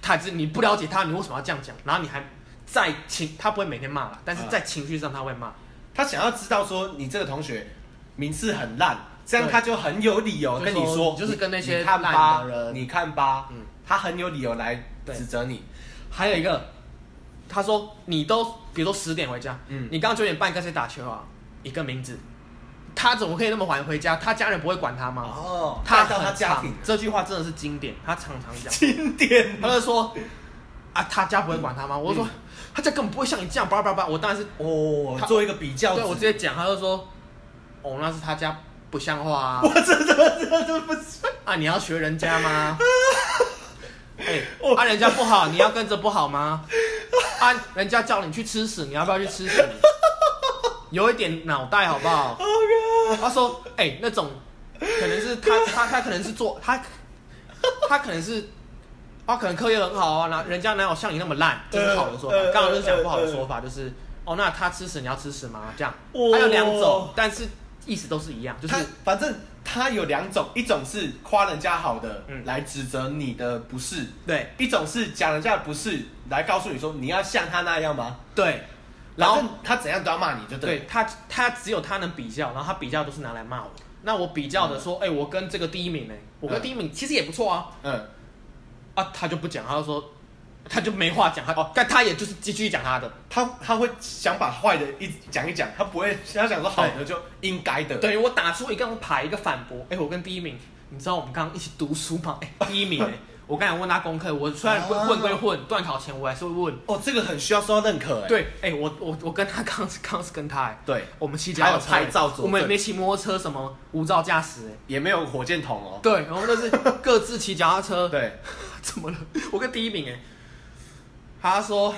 S1: 他这你不了解他，你为什么要这样讲？然后你还在情，他不会每天骂啦，但是在情绪上他会骂。
S2: 他想要知道说你这个同学名次很烂，这样
S1: 对
S2: 他就很有理由跟你
S1: 就
S2: 说
S1: 说，就是跟那些
S2: 你看吧
S1: 烂的，人
S2: 你看吧
S1: 嗯，
S2: 他很有理由来
S1: 对
S2: 指责你，
S1: 还有一个，他说你都比如说十点回家，
S2: 嗯
S1: 你刚刚九点半跟谁打球啊？一个名字，他怎么可以那么晚回家？他家人不会管他吗？
S2: 哦
S1: 他
S2: 到他
S1: 很
S2: 家
S1: 常
S2: 庭，嗯
S1: 这句话真的是经典，他常常讲。
S2: 经典
S1: 他就说啊，他家不会管他吗？我就
S2: 嗯
S1: 说他家根本不会像你这样，叭叭叭。我当然是
S2: 哦
S1: 他，
S2: 做一个比较值，
S1: 对我直接讲，他就说，哦，那是他家不像话啊， <laughs>
S2: 我真的真的不是。
S1: 啊，你要学人家
S2: <laughs>
S1: 吗？哎、
S2: 我
S1: 啊，人家不好，你要跟着不好吗？啊，人家叫你去吃屎，你要不要去吃屎？有一点脑袋好不好？
S2: Oh
S1: 他说，哎、那种可能是他他他可能是做他他可能是。他可能课业很好啊，那人家哪有像你那么烂？这是好的说法
S2: 呃呃，
S1: 刚好就是讲不好的说法，就是哦，那他吃屎你要吃屎吗？这样，
S2: 哦
S1: 还有两种，但是意思都是一样，就
S2: god！
S1: 是
S2: 他反正他有两种，一种是夸人家好的、
S1: 嗯
S2: 来指责你的不是，
S1: 对
S2: 一种是讲人家的不是来告诉你说你要像他那样吗？
S1: 对，然后
S2: 反正他怎样都要骂你就对
S1: 对
S2: 了。
S1: 他，他只有他能比较，然后他比较都是拿来骂我。那我比较的说，哎、我跟这个第一名呢、我跟
S2: 嗯
S1: 第一名其实也不错啊。
S2: 嗯，
S1: 啊，他就不讲，他就说，他就没话讲，他哦，但他也就是继续讲他的，
S2: 他他会想把坏的一讲一讲，他不会他想说好的就应该的。
S1: 等于我打出一个牌一个反驳。哎、我跟第一名，你知道我们刚刚一起读书吗？哎、第一名哎、我刚才问他功课，我虽然
S2: 哦
S1: 混混归混，段考前我还是会问。
S2: 哦，这个很需要受到认可哎。
S1: 对，哎、我我我跟他 <laughs> 刚刚是跟他哎、
S2: 对，
S1: 我们骑脚
S2: 还有
S1: 踏车哎
S2: 拍照佐证
S1: 我们也没骑摩托车什么无照驾驶哎。
S2: 也没有火箭筒哦。
S1: 对，然后就是各自骑脚踏车，
S2: 对，
S1: <laughs> 怎么了？我跟第一名哎、他说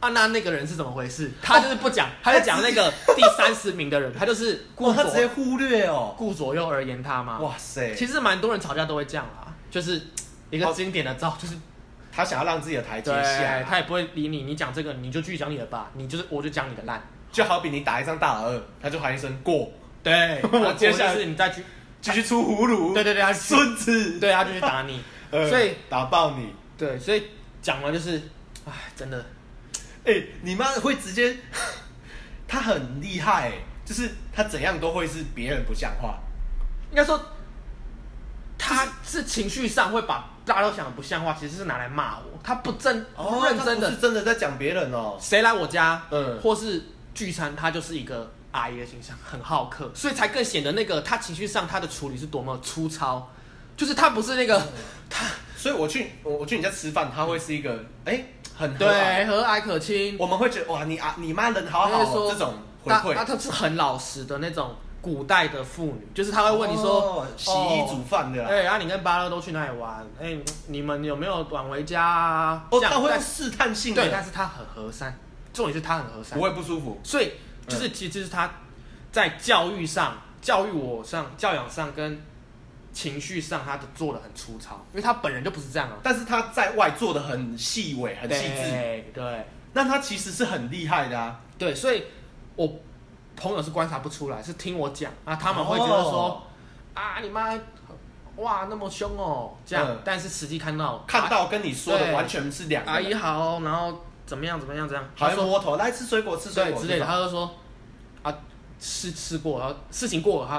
S1: 啊，那那个人是怎么回事？他就是不讲，哦他就讲那个第三十名的 <laughs> 人，他就是顾
S2: 哇，他
S1: 左
S2: 直接忽略哦。
S1: 顾左右而言他嘛。
S2: 哇塞，
S1: 其实蛮多人吵架都会这样啦，就是一个
S2: 哦
S1: 经典的招，就是啊
S2: 他想要让自己的台阶下
S1: 对，，他也不会理你，你讲这个你就继续讲你的吧，你就是我就讲你的烂，
S2: 就好比你打一张大老二，他就喊一声过，
S1: <laughs> 对啊
S2: 我接下来
S1: 就是你再去，
S2: 继续出葫
S1: <laughs>
S2: 芦，
S1: 对对对，他去
S2: 孙子，
S1: 对他就去打 <laughs> 你，
S2: 呃
S1: 所以
S2: 打爆你。
S1: 对，所以讲完就是，哎，真的。
S2: 哎、你妈会直接， <laughs> 他很厉害、欸，就是他怎样都会是别人不像话。
S1: 应该说，他是情绪上会把大家都想的不像话，其实是拿来骂我。他不真、哦不认真
S2: 哦他不
S1: 的
S2: 是，真的在讲别人哦。
S1: 谁来我家，
S2: 嗯
S1: 或是聚餐，他就是一个阿姨的形象，很好客，所以才更显得那个他情绪上他的处理是多么粗糙，就是他不是那个、他
S2: 所以我去我我去你家吃饭，他会是一个哎、很和蔼，
S1: 对和蔼可亲，
S2: 我们会觉得哇你啊你妈人好好、
S1: 就是
S2: 哦
S1: 说、
S2: 这种回
S1: 那那
S2: 馈，
S1: 他是很老实的那种古代的妇女，就是他会问你说
S2: 哦，洗衣煮饭的
S1: 哦
S2: 啦。
S1: 哎、啊，你跟巴勒都去哪里玩？哎、你们有没有晚回家啊？
S2: 哦，
S1: 这样
S2: 他会
S1: 但
S2: 用试探性
S1: 对，但
S2: 的，
S1: 是他很和善，重点是他很和善，
S2: 不会嗯不舒服。
S1: 所以就是其实就是他在教育上、教育我上、教养上跟情绪上，他都做的很粗糙，因为他本人就不是这样啊，
S2: 但是他在外做的很细微、很细致，
S1: 对对
S2: 那他其实是很厉害的啊。
S1: 对，所以我朋友是观察不出来，是听我讲啊，他们会觉得说、
S2: 哦
S1: 啊，你妈哇那么凶哦，这样，
S2: 嗯
S1: 但是实际看到
S2: 看
S1: 啊
S2: 到跟你说的
S1: 对
S2: 完全是两个
S1: 阿
S2: 人
S1: 姨好哦，然后怎么样怎么样怎么样，
S2: 好
S1: 他
S2: 像
S1: 说
S2: 窝头来吃水果，吃水
S1: 对
S2: 果
S1: 之类
S2: 这
S1: 的，
S2: 种
S1: 他就说啊吃吃过，然后事情过了，他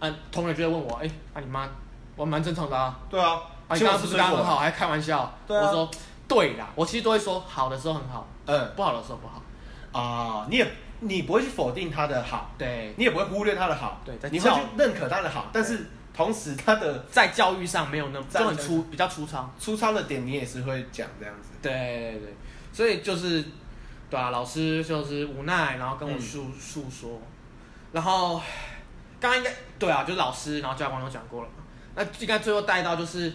S1: 呃啊同学就会问我，哎、啊你妈我蛮正常的啊，
S2: 对啊，
S1: 啊你
S2: 请
S1: 刚
S2: 我
S1: 刚
S2: 吃
S1: 不是
S2: 水
S1: 刚刚很
S2: 果，
S1: 好，还开玩笑，
S2: 对啊
S1: 我说对啦，我其实都会说好的时候很好，
S2: 嗯
S1: 不好的时候不好，
S2: 啊，你也你不会去否定他的好，
S1: 对，
S2: 你也不会忽略他的好，
S1: 对在
S2: 你会
S1: 教
S2: 去认可他的好，但是同时他的
S1: 在教育上没有那么
S2: 在
S1: 就很粗比较粗糙，
S2: 粗糙的点你也是会讲这样子。
S1: 对对对，所以就是，对啊，老师就是无奈，然后跟我
S2: 嗯
S1: 诉、诉说，然后刚刚应该对啊，就是老师，然后教官都讲过了嘛，那应该最后带到就是，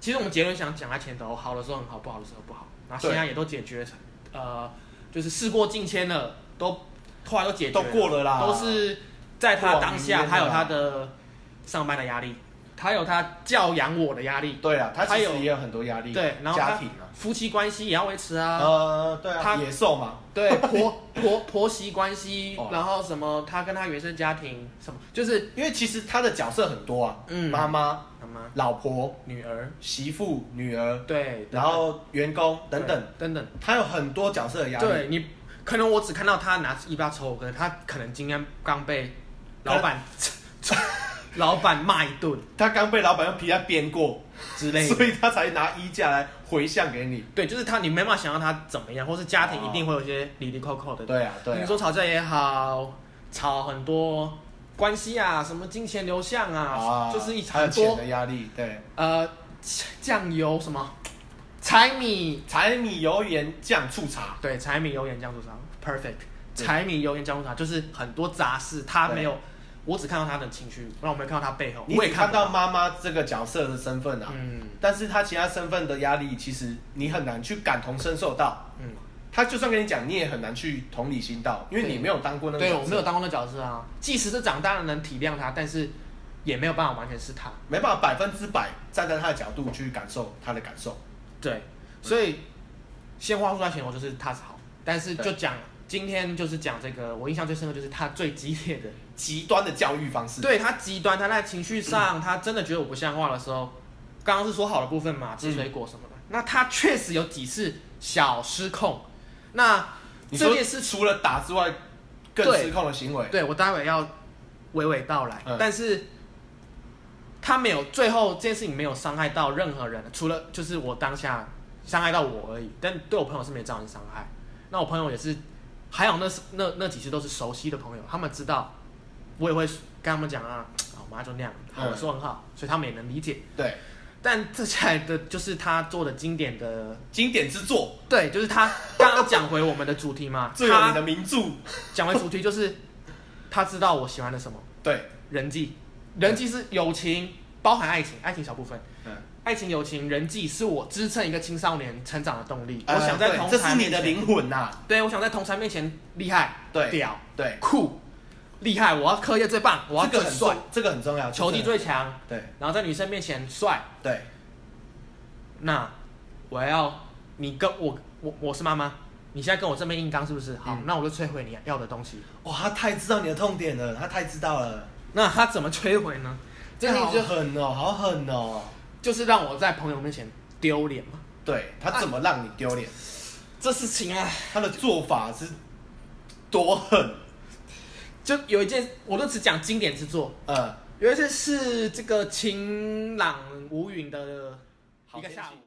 S1: 其实我们结论想讲在前头，好的时候很好，不好的时候不好，然后现在也都解决成，呃，就是事过境迁了，都后来都解决
S2: 都过了啦
S1: 都是在他当下，
S2: 过往云烟了啦
S1: 他有他的上班的压力，他有他教养我的压力。
S2: 对啊，他
S1: 他
S2: 其
S1: 有
S2: 实也有很多压力，
S1: 对，然后他
S2: 家庭啊，
S1: 夫妻关系也要维持啊，
S2: 呃，对
S1: 他
S2: 啊，野兽嘛，
S1: 对婆婆婆媳关系
S2: 哦，
S1: 然后什么他跟他原生家庭什么，就是
S2: 因为其实他的角色很多啊，
S1: 嗯
S2: 妈妈、
S1: 什么
S2: 老婆、
S1: 女儿，
S2: 媳妇、女儿，
S1: 对，
S2: 然后员工等等，
S1: 对等等，
S2: 他有很多角色的压力。
S1: 对你可能我只看到他拿一巴抽我，可能他可能今天刚被老板 <laughs> 老板骂一顿
S2: 他刚被老板用皮带鞭过
S1: 之类
S2: 所
S1: 的。
S2: 以他才拿衣架来回向给你。
S1: 对，就是他，你没办法想到他怎么样，或是家庭一定会有一些里里扣扣的
S2: 对啊，对
S1: 你
S2: 啊，
S1: 说吵架也好，吵很多关系啊，什么金钱流向啊，
S2: 啊，
S1: 就是一
S2: 还有
S1: 很
S2: 钱
S1: 多
S2: 的压力，对，
S1: 呃酱油什么柴米
S2: 柴米油盐酱醋茶，
S1: 对柴米油盐酱醋茶 perfect
S2: 对
S1: 柴米油盐酱醋茶就是很多杂事，他
S2: 对
S1: 没有，我只看到他的情绪，让我没有看到他背后，
S2: 你
S1: 我
S2: 也
S1: 也
S2: 看
S1: 不
S2: 到妈妈这个角色的身份啊，
S1: 嗯
S2: 但是他其他身份的压力，其实你很难去感同身受到。
S1: 嗯，
S2: 他就算跟你讲，你也很难去同理心到，因为
S1: 对
S2: 你没有当过那个角
S1: 对
S2: 色，
S1: 我没有当过那角色啊，即使是长大了能体谅他，但是也没有办法完全是他，
S2: 没办法百分之百站在他的角度去感受他的感受。嗯
S1: 对，所以先话说在前头，就是他是好，但是就
S2: 对
S1: 讲今天就是讲这个，我印象最深刻就是他最激烈的，
S2: 极端的教育方式，
S1: 对他极端，他在情绪上，他真的觉得我不像话的时候，刚刚是说好的部分嘛，
S2: 嗯
S1: 吃水果什么的，那他确实有几次小失控，那
S2: 你说
S1: 这件事情，
S2: 除了打之外，更
S1: 对
S2: 失控的行为。
S1: 对我待会要娓娓道来，
S2: 嗯
S1: 但是。他没有，最后这件事情没有伤害到任何人，除了就是我当下伤害到我而已，但对我朋友是没有造成伤害。那我朋友也是，还有那那那几次都是熟悉的朋友，他们知道，我也会跟他们讲啊，啊我妈就那样，好的
S2: 嗯
S1: 说很好，所以他们也能理解。
S2: 对，
S1: 但接下来的就是他做的经典的，
S2: 经典之作，，
S1: 对，就是他刚刚讲回我们的主题嘛
S2: <laughs> 最有名
S1: 他
S2: 的名著。
S1: 讲回主题就是他知道我喜欢的什么，
S2: 对，
S1: 人际，人际是友情，包含爱情，爱情小部分。
S2: 嗯，
S1: 爱情、友情、人际是我支撑一个青少年成长的动力。我
S2: 呃
S1: 想在
S2: 对
S1: 同
S2: 这
S1: 才
S2: 是你
S1: 面
S2: 的
S1: 前
S2: 灵魂呐。
S1: 对，我想在同才面前厉害、
S2: 对
S1: 屌、
S2: 对，
S1: 酷、厉害，我要课业最棒，我要
S2: 这个
S1: 最
S2: 很
S1: 帅
S2: 重，，这个很重要。
S1: 球技
S2: 这个
S1: 最强，
S2: 很对
S1: 然后在女生面前帅。
S2: 对，
S1: 那我要你跟我我我是妈妈，你现在跟我正面硬刚是不是？好，
S2: 嗯
S1: 那我就摧毁你要的东西。
S2: 哇，他太知道你的痛点了，他太知道了，
S1: 那他怎么摧毁呢？这
S2: 好
S1: 件事就
S2: 狠哦，好狠哦。
S1: 就是让我在朋友面前丢脸嘛。
S2: 对
S1: 啊
S2: 他怎么让你丢脸？
S1: 这事情啊，
S2: 他的做法是多狠？
S1: 就有一件，我都只讲经典之作，
S2: 呃，
S1: 有一件是这个晴朗无云的一个
S2: 好天
S1: 下
S2: 气
S1: 午。